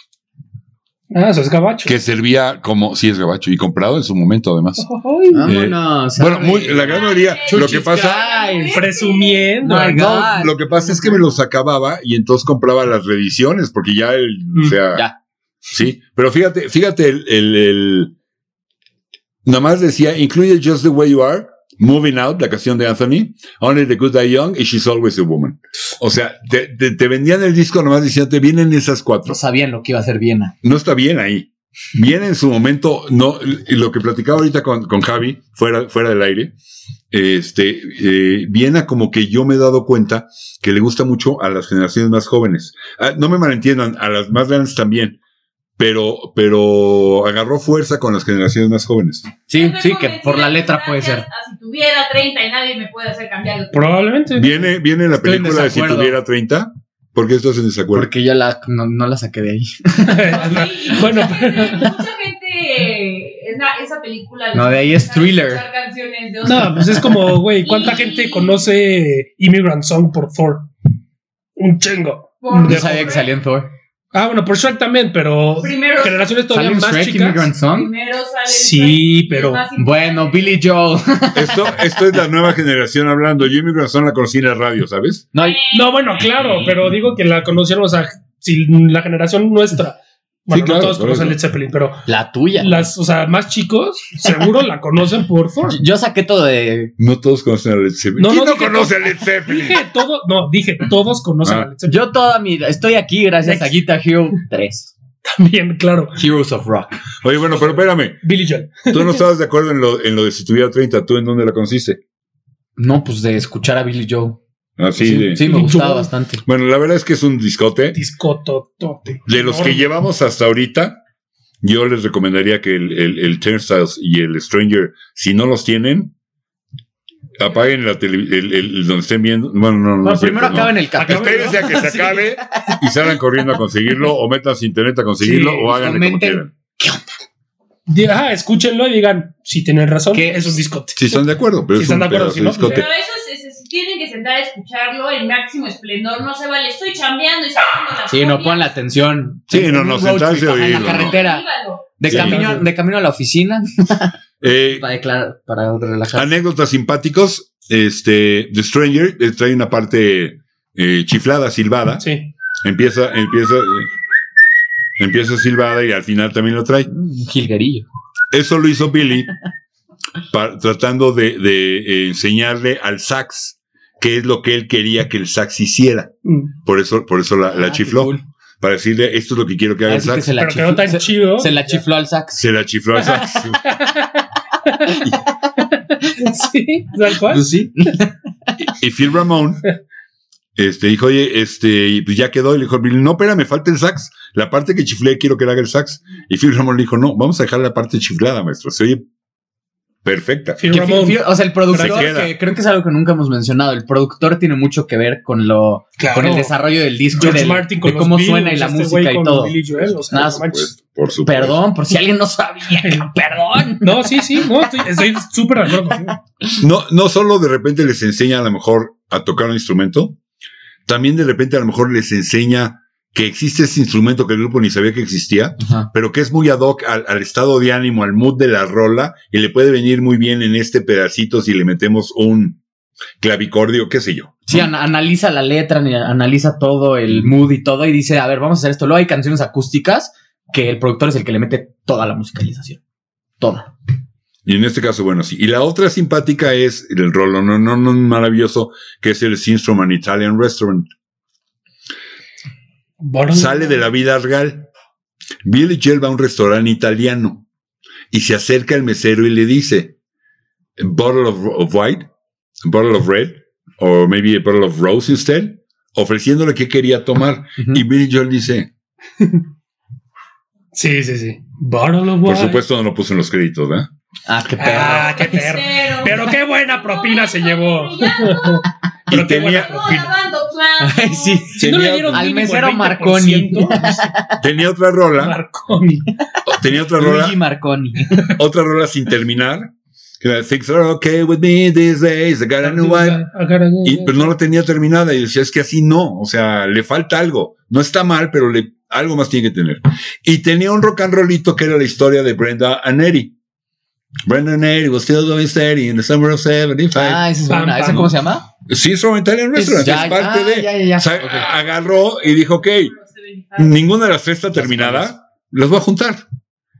S3: Ah, eso es gabacho.
S1: que servía como, si es gabacho, y comprado en su momento, además.
S3: Ay,
S2: Vámonos.
S1: Bueno, eh,
S2: Harry.
S1: muy, la gran mayoría. Lo que
S2: Chuchis
S1: pasa,
S2: guys.
S3: Presumiendo.
S2: My God.
S1: lo que pasa es que me los acababa y entonces compraba las reediciones, porque ya el, o
S3: Mm,
S1: sea,
S2: ya.
S1: sí. Pero fíjate, fíjate el, el, el- nada más decía, incluye Just the Way You Are, Moving Out, la canción de Anthony, Only the Good Die Young y She's Always a Woman. O sea, te, te- te vendían el disco nomás diciéndote, vienen esas cuatro.
S2: No sabían lo que iba a hacer Viena.
S1: no está bien ahí. Bien en su momento, no, y lo que platicaba ahorita con, con Javi, fuera, fuera del aire, este, eh, Viena como que yo me he dado cuenta que le gusta mucho a las generaciones más jóvenes. Ah, no me malentiendan, a las más grandes también, pero, pero agarró fuerza con las generaciones más jóvenes.
S2: Sí,
S4: Estoy
S2: sí, que por la
S4: convencida
S2: letra
S4: que
S2: puede ser.
S4: gracias a si tuviera 30 y nadie me puede hacer cambiar de
S3: Probablemente.
S1: Viene, viene la
S2: Estoy en
S1: película de Si
S2: desacuerdo.
S1: tuviera 30, porque esto es en desacuerdo.
S2: Porque yo la, no, no la saqué de ahí.
S3: Pues, Bueno,
S4: mucha gente, mucha gente esa, esa película
S2: No, de ahí es Thriller.
S4: escuchar canciones de otros.
S3: No, pues es como, güey, ¿cuánta gente conoce Immigrant Song por Thor? Un chingo.
S4: Por-
S2: Yo
S3: De-
S2: sabía que salía en Thor.
S3: Ah, bueno, por Shrek también, pero
S4: Primero-
S3: generaciones todavía
S2: ¿Sale en
S3: más
S2: Shrek Immigrant
S3: chicas.
S2: Song?
S4: primero sale el
S3: Sí,
S4: Shrek,
S3: pero-
S4: el más importante.
S2: Bueno, Billy Joel.
S1: Esto, esto es la nueva generación hablando. Yo y mi corazón la conocí en la radio, ¿sabes?
S2: No,
S3: No, bueno, claro, pero digo que la conocieron, o sea, si la generación nuestra. Bueno, no
S1: claro,
S3: todos
S1: por
S3: conocen
S1: eso.
S3: Led Zeppelin, pero
S2: la tuya.
S3: las, o sea, más chicos, seguro la conocen por Thor.
S2: Yo saqué todo de.
S1: No todos conocen a Led Zeppelin.
S3: No,
S1: ¿Quién
S3: no,
S1: no
S3: dije
S1: conoce a Led Zeppelin?
S3: Dije todos, no, dije todos conocen
S1: Ah.
S3: a Led Zeppelin.
S2: Yo toda mi. Estoy aquí gracias a Guitar Hero 3.
S3: También, claro.
S2: Heroes of Rock.
S1: Oye, bueno, pero espérame.
S3: Billy Joel.
S1: Tú no estabas de acuerdo en lo, en lo de si tuviera 30, ¿tú en dónde la consiste?
S2: No, pues de escuchar a Billy Joe.
S1: Así
S2: sí,
S1: de.
S2: sí, me
S3: Billy
S2: gustaba
S3: Joe.
S2: bastante.
S1: Bueno, la verdad es que es un discote.
S3: Discototote.
S1: De los que llevamos hasta ahorita, yo les recomendaría que el, el, el Turnstiles y el Stranger, si no los tienen, apaguen la tele, el, el- donde estén viendo. Bueno, no, no.
S2: Bueno,
S1: es cierto,
S2: primero
S1: no.
S2: acaben el capítulo.
S1: Espérense a que se acabe y salgan corriendo a conseguirlo, o metan a internet a conseguirlo,
S3: Sí,
S1: o háganle como
S2: comenten.
S1: quieran.
S3: Di- Ajá, escúchenlo y digan, si tienen razón,
S2: ¿Qué?
S3: es un discote.
S1: Si están de acuerdo, pero
S3: Si
S1: es
S3: están
S1: un
S3: de acuerdo,
S1: pedazo
S3: si
S1: de
S3: no,
S1: discote.
S3: pues
S4: Pero eso es, es- tienen que sentar a escucharlo en máximo esplendor. No se vale, estoy chambeando y sacando la
S2: Sí, no,
S4: ponen
S2: pon la atención.
S1: Sí,
S2: En
S1: no,
S2: un
S1: no,
S2: road trip,
S1: sentarse a
S2: ajá, En
S1: oírlo,
S2: la carretera. De,
S1: Sí.
S2: camino, de camino a la oficina.
S1: Eh,
S2: Para, declarar, para relajar.
S1: anécdotas simpáticos. Este, The Stranger eh, trae una parte eh, chiflada, silbada.
S3: Sí.
S1: Empieza, empieza, eh, empieza silbada y al final también lo trae.
S2: Un jilguerillo.
S1: Eso lo hizo Billy pa- tratando de, de, eh, enseñarle al sax qué es lo que él quería que el sax hiciera.
S3: Mm.
S1: Por eso, por eso la, la
S2: Ah, qué
S1: chifló.
S2: cool.
S1: Para decirle, esto es lo que quiero que haga el
S2: Así que
S1: sax.
S2: se
S1: Se...
S2: la
S3: Pero quedó
S2: chifló.
S3: tan
S2: Se,
S3: chido.
S2: se la chifló al sax.
S1: la chifló al sax.
S3: sí, tal cual.
S2: Pues sí.
S1: y Phil Ramón este, dijo, oye, este, y pues ya quedó. Y le dijo, Billy, no, espera, me falta el sax. La parte que chiflé, quiero que la haga el sax. Y Phil Ramón le dijo, no, vamos a dejar la parte chiflada, maestro. Se oye perfecta.
S3: Phil
S2: Que
S3: Ramón.
S2: fi- fi- o sea, el
S1: Se
S2: productor,
S1: queda.
S2: que creo que es algo que nunca hemos mencionado. El productor tiene mucho que ver con lo
S3: Claro.
S2: con el desarrollo del disco,
S3: George
S2: del-
S3: Martin con
S2: de cómo
S3: los
S2: suena y
S3: Beatles,
S2: la
S3: este
S2: música
S3: güey
S2: y
S3: con
S2: todo.
S3: Billy Joel, o sea,
S2: Nada,
S3: no manches.
S1: Pues, por supuesto.
S2: Perdón, por si alguien no sabía. cabrón, Perdón.
S3: No, sí, sí, no, estoy estoy súper de acuerdo contigo.
S1: No, no solo de repente les enseña a lo mejor a tocar un instrumento, también de repente a lo mejor les enseña que existe ese instrumento que el grupo ni sabía que existía,
S2: Ajá.
S1: pero que es muy ad hoc al, al estado de ánimo, al mood de la rola, y le puede venir muy bien en este pedacito si le metemos un clavicordio, qué sé yo.
S2: Sí, an- analiza la letra, ni- analiza todo el mood y todo y dice, a ver, vamos a hacer esto. Luego hay canciones acústicas que el productor es el que le mete toda la musicalización. Toda.
S1: Y en este caso, bueno, sí. Y la otra simpática es el rolo no, no, no maravilloso, que es el Instrument Italian Restaurant.
S3: Bueno,
S1: sale de la vida real. Billy Joel va a un restaurante italiano y se acerca al mesero y le dice, bottle of, of white, bottle of red, o maybe a bottle of rose instead, ofreciéndole qué quería tomar.
S2: Ujú.
S1: Y Billy Joel dice,
S3: Sí, sí, sí. Bottle of
S1: por
S3: wine.
S1: supuesto no lo puso en los créditos, ¿verdad?
S2: Ah, qué perro.
S3: Ah, qué perro. Pero qué buena propina se llevó. Pero
S1: Y
S3: qué
S1: tenía-
S3: buena propina.
S2: Ay, sí.
S3: Si no le
S1: Tenía-
S3: dieron
S2: Al
S3: mínimo el
S2: mesero
S3: 20%,
S2: Marconi.
S1: Tenía otra rola,
S3: Marconi.
S1: tenía otra rola,
S2: Luigi Marconi.
S1: otra rola sin terminar. que era, Things are okay with me these days, I got a new wife. Y- pero no la tenía terminada. Y decía, es que así no, o sea, le falta algo. No está mal, pero le, algo más tiene que tener. Y tenía un rock and rollito que era la historia de Brenda Aneri. Brenda Aneri was still doing steady in the summer of 75.
S2: Ah, esa es
S3: Pam,
S2: buena. ¿Esa
S3: pam.
S2: cómo se llama?
S1: sí, es Italian Restaurant, es parte
S2: ah,
S1: de.
S2: ya, ya, ya.
S1: O sea,
S2: Ok.
S1: agarró y dijo, ok, ninguna de las tres está terminada, las voy a juntar.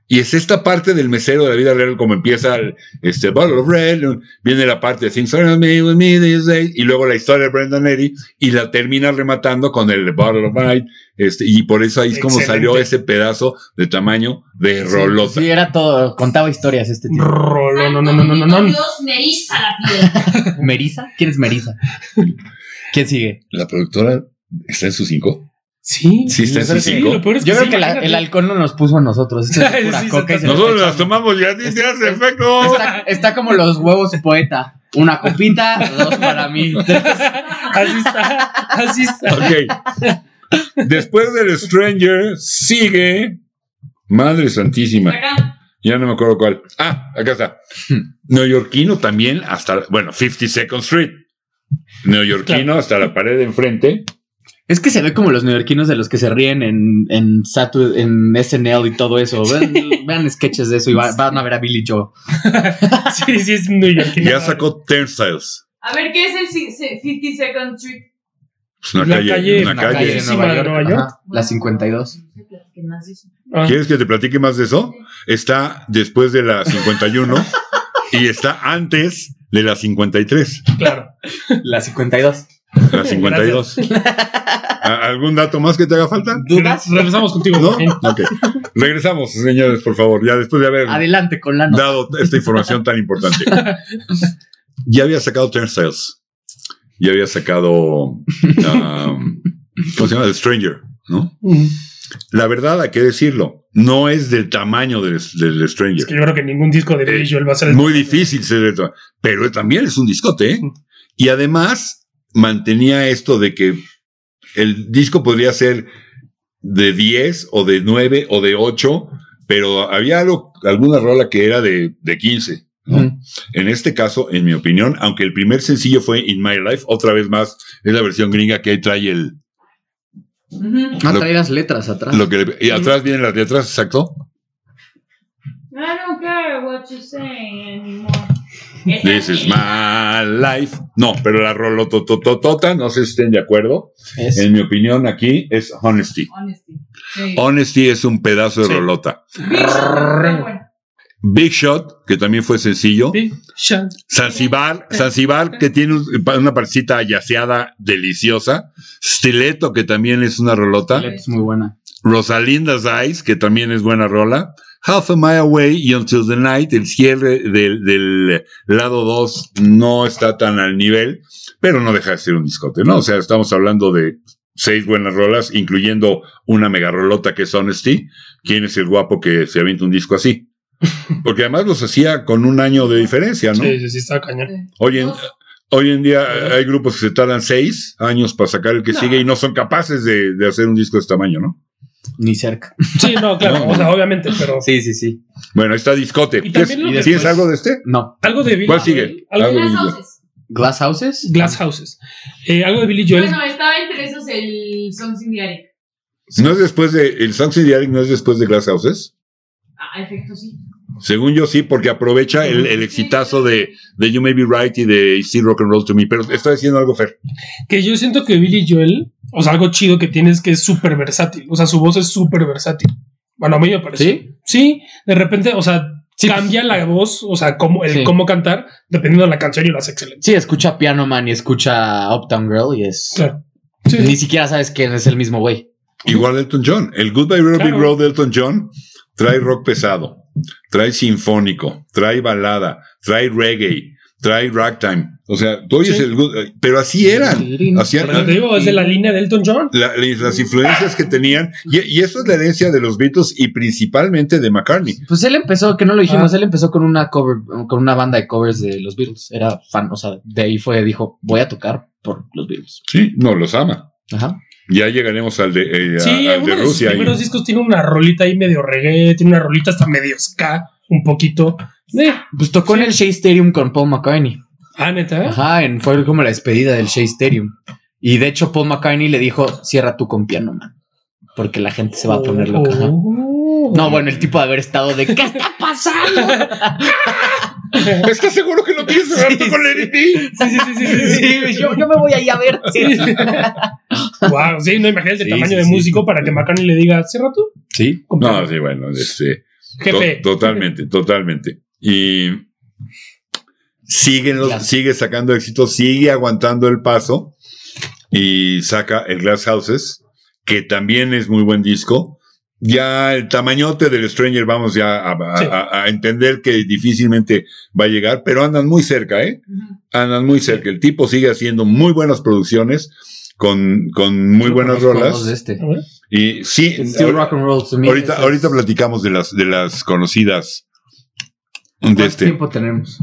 S1: Y es esta parte del mesero de la vida real como empieza el, este Bottle of Red, viene la parte de Things Are Not Made With Me These Days, y luego la historia de Brendan Eddy, y la termina rematando con el Bottle of Night, este, y por eso ahí es como
S3: Excelente.
S1: salió ese pedazo de tamaño de
S2: Sí,
S1: rolota.
S2: Sí, era todo. Contaba historias este tipo.
S3: Rolo, no, no, no, no, no, no.
S4: Dios me eriza la piel.
S2: ¿Meriza? ¿Quién es Meriza? ¿Quién sigue?
S1: La productora está en su 5.
S3: Sí.
S1: Sí, está en
S2: Yo
S1: su
S2: creo que-
S1: 5.
S3: peor es
S2: Yo
S3: sí,
S2: creo que la-
S3: imagínate.
S2: el alcohol no nos puso a nosotros. Esto es pura
S3: Sí, sí,
S2: coca y
S3: está-
S2: se nos
S1: Nosotros
S2: echa.
S1: las tomamos ya, ni te hace efecto.
S2: Está, está como los huevos poeta. Una copita, dos para mí.
S3: Así está. Así está.
S1: Ok. Después del Stranger sigue. Madre Santísima.
S4: Acá.
S1: Ya no me acuerdo cuál. Ah, acá está. Neoyorquino también hasta, bueno, 52nd Street. Neoyorquino hasta la pared de enfrente.
S2: Es que se ve como los neoyorquinos de los que se ríen en, en, Satur- en SNL y todo eso. Vean, vean sketches de eso y va- van a ver a Billy Joe.
S3: Sí, sí, es New York.
S1: Ya sacó Turnstiles.
S4: A ver, ¿qué es el si- si- 50 Second Street?
S1: Es Pues, una
S3: La
S1: calle,
S3: calle,
S1: una
S3: la
S1: calle.
S3: calle. Nueva York.
S2: Ajá, la 52.
S4: ¿Qué más dice?
S3: Ah,
S1: ¿Quieres que te platique más de eso? Está después de la 51 y está antes de la 53,
S3: claro.
S2: La 52.
S1: la 52. ¿A- ¿Algún dato más que te haga falta?
S2: ¿Dudas?
S3: Regresamos contigo.
S1: ¿No?
S3: Joaquín.
S1: Ok. Regresamos, señores, por favor, ya después de haber
S2: Adelante con la no.
S1: dado esta información tan importante. ya había sacado Turnstiles. Ya había sacado. um, ¿Cómo se llama? The Stranger, ¿no?
S3: Ujú.
S1: La verdad, hay que decirlo, no es del tamaño del, del
S3: Es
S1: Stranger.
S3: que yo creo que ningún disco de
S1: Eh,
S3: Billy Joel va a ser.
S1: Es muy difícil ser de to- pero también es un discote, ¿eh? Y además mantenía esto de que el disco podría ser de 10 o de 9 o de 8, pero había algo, alguna rola que era de, de 15. ¿no?
S2: Ujú.
S1: En este caso, en mi opinión, aunque el primer sencillo fue In My Life, otra vez más, es la versión gringa que ahí trae el...
S4: Ujú.
S2: Ah,
S1: Lo-
S2: trae las letras atrás.
S1: Lo que le- y atrás vienen las letras, exacto.
S4: I don't care what you say anymore. Este
S1: This is my life. No, pero la rolotototota, no sé si estén de acuerdo.
S2: Es-
S1: En mi opinión, aquí es Honesty.
S4: Honesty. Sí.
S3: Oh.
S1: Honesty es un pedazo de
S3: Sí.
S1: rolota.
S4: Big Shot, muy bueno.
S1: Big Shot, que también fue sencillo.
S3: Sí, Shan.
S1: Zanzibar, Zanzibar, que tiene un- una parcita yaceada deliciosa. Stiletto, que también es una rolota.
S2: es muy buena.
S1: Rosalinda's Eyes, que también es buena rola. Half a Mile Away y Until the Night, el cierre del, del lado 2 no está tan al nivel, pero no deja de ser un discote, ¿no? O sea, estamos hablando de seis buenas rolas, incluyendo una mega rolota que es Honesty. ¿Quién es el guapo que se avienta un disco así? Porque además los hacía con un año de diferencia, ¿no?
S3: Sí, sí, sí, está cañón.
S1: Hoy en, hoy en día eh, hay grupos que se tardan seis años para sacar el que
S3: No.
S1: sigue y no son capaces de, de hacer un disco de este tamaño, ¿no?
S2: Ni cerca.
S3: Sí, no, claro, o sea, obviamente, pero.
S2: Sí, sí, sí.
S1: Bueno, ahí está Discote.
S3: Y
S1: ¿Tienes,
S3: también lo
S2: que-
S1: tienes algo de este?
S2: No.
S3: Algo de Billy
S1: ¿Cuál
S3: Joel,
S1: sigue?
S3: algo-
S1: Algo-
S4: Las houses.
S2: Glass Houses.
S3: Glass Houses. Eh, algo de Billy Joel.
S4: Bueno, estaba entre esos el Songs in the Attic.
S1: ¿No es después de. El Songs in the Attic no es después de Glass Houses?
S4: Ah, efecto sí.
S1: Según yo sí, porque aprovecha el, el exitazo de, de You May Be Right y de It's Still Rock and Roll to Me. Pero está diciendo algo, Fer.
S3: Que yo siento que Billy Joel, o sea, algo chido que tiene es que es súper versátil. O sea, su voz es súper versátil. Bueno, a mí me parece.
S2: ¿Sí?
S3: Sí, de repente, o sea,
S2: Sí,
S1: pues.
S3: cambia la voz, o sea, cómo, el
S2: Sí.
S3: cómo cantar, dependiendo de la canción y lo hace excelente.
S2: Sí, escucha Piano Man y escucha Uptown Girl y es...
S3: Claro. Sí, sí.
S2: Ni siquiera sabes quién es el mismo güey.
S1: Igual Elton John. El Goodbye Ruby
S3: Claro.
S1: Road de Elton John trae rock pesado, trae sinfónico, trae balada, trae reggae, trae ragtime. O sea, tú oyes
S3: Sí.
S1: el Good- eh, Pero así eran. Así
S3: Por eso
S1: eran.
S3: te digo, es de la línea de Elton John.
S1: La- la- las influencias que tenían, y, y eso es la herencia de los Beatles y principalmente de McCartney.
S2: Pues él empezó, que no lo
S3: Ah.
S2: dijimos, él empezó con una cover, con una banda de covers de los Beatles. Era fan, o sea, de ahí fue, dijo, voy a tocar por los Beatles.
S1: Sí, no, los ama.
S2: Ajá.
S1: Ya llegaremos al de, eh, a-
S3: Sí,
S1: al
S3: uno
S1: de
S3: de sus
S1: Rusia. y-
S3: primeros discos tiene una rolita ahí medio reggae, tiene una rolita hasta medio ska, un poquito. Eh,
S2: Pues tocó en el Shea Stadium con Paul McCartney.
S3: ah, neta.
S2: Ajá, en- fue como la despedida del Shea Stadium. Y de hecho, Paul McCartney le dijo: Cierra tú con piano, man. Porque la gente se va a poner loca. Ajá.
S3: Oh.
S2: No, bueno, el tipo de haber estado de ¿qué está pasando?
S1: ¿Estás seguro que no quieres cerrar tú
S2: Sí,
S1: con Lady T?
S3: Sí, sí, sí, sí, sí, sí.
S2: Sí, yo, yo me voy ahí a ver. Sí.
S3: Wow, sí, no imagínate el
S2: Sí,
S3: tamaño
S2: sí,
S3: de
S2: sí.
S3: músico para que McCartney le diga, cierra tú.
S2: Sí.
S1: No, sí, bueno, este, to-
S3: Jefe.
S1: totalmente, totalmente. Y siguen los-
S2: Ya.
S1: sigue sacando éxito, sigue aguantando el paso y saca el Glass Houses, que también es muy buen disco. Ya el tamañote del Stranger vamos ya a, a-
S3: Sí.
S1: a- a entender que difícilmente va a llegar, pero andan muy cerca, ¿eh?
S4: Ujú.
S1: Andan muy cerca. El tipo sigue haciendo muy buenas producciones con, con muy buenas
S2: Los de
S1: rolas.
S2: este.
S1: Y sí,
S2: It's still rock and roll to me.
S1: ahorita,
S2: Eso es-
S1: ahorita platicamos de las, de las conocidas de
S2: ¿Cuánto
S1: este.
S2: tiempo tenemos?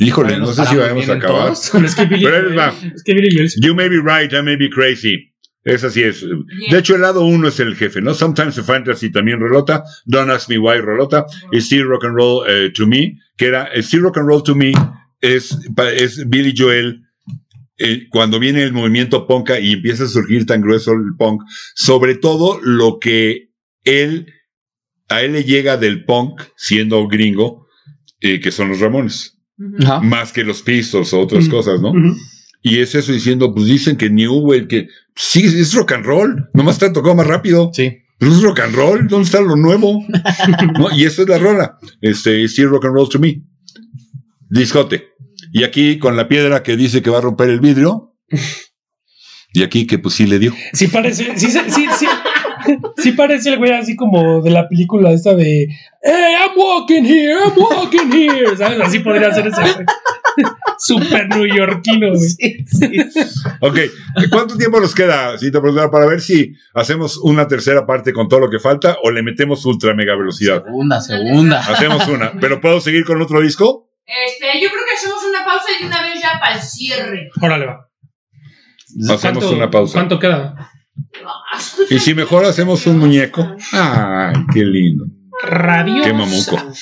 S1: Híjole, no
S2: ¿Nos
S1: sé si
S2: paramos
S1: vamos
S2: bien
S1: a
S2: en
S1: acabar.
S2: todos?
S3: Pero es que Billy
S1: Pero ahí les
S3: Joel,
S1: va.
S3: es que Billy Joel,
S1: You may be right, I may be crazy. Es así es. De
S4: Yeah.
S1: hecho, el lado uno es el jefe, ¿no? Sometimes a Fantasy también rolota. Don't ask me why rolota. Y Still Rock and Roll eh, to Me, que era eh, Still Rock and Roll to Me es, pa- es Billy Joel. eh, cuando viene el movimiento punk y empieza a surgir tan grueso el punk, sobre todo lo que él, a él le llega del punk, siendo gringo, eh, que son los Ramones,
S4: Ujú.
S2: Ajá.
S1: más que los Pistols o otras
S3: Mm.
S1: cosas, ¿no?
S3: ujú,
S1: Y es eso diciendo, pues dicen que New Wave, que sí, es rock and roll, nomás te ha tocado más rápido.
S2: Sí.
S1: Pero es rock and roll, ¿dónde está lo nuevo? ¿No? Y eso es la rola. Este, it's still rock and roll to me. Discote. Y aquí con la piedra que dice que va a romper el vidrio. Y aquí que pues sí le dio.
S3: Sí parece, sí, sí, sí, sí, sí parece el güey así como de la película esta de Hey, I'm walking here, I'm walking here. ¿Sabes? Así podría ser ese güey. Super neoyorquino, güey.
S1: Ok, ¿cuánto tiempo nos queda, Cinta Productora, para ver si hacemos una tercera parte con todo lo que falta o le metemos ultra mega velocidad?
S2: Segunda, segunda.
S1: Hacemos una. ¿Pero puedo seguir con otro disco?
S4: Este, yo creo que hacemos una pausa y de una vez ya para el cierre.
S3: Órale, va.
S1: Hacemos
S3: ¿Cuánto-
S1: una pausa.
S3: ¿Cuánto queda?
S1: Y si mejor hacemos un muñeco. Ay, qué lindo.
S3: Radio.
S1: Qué mamuco.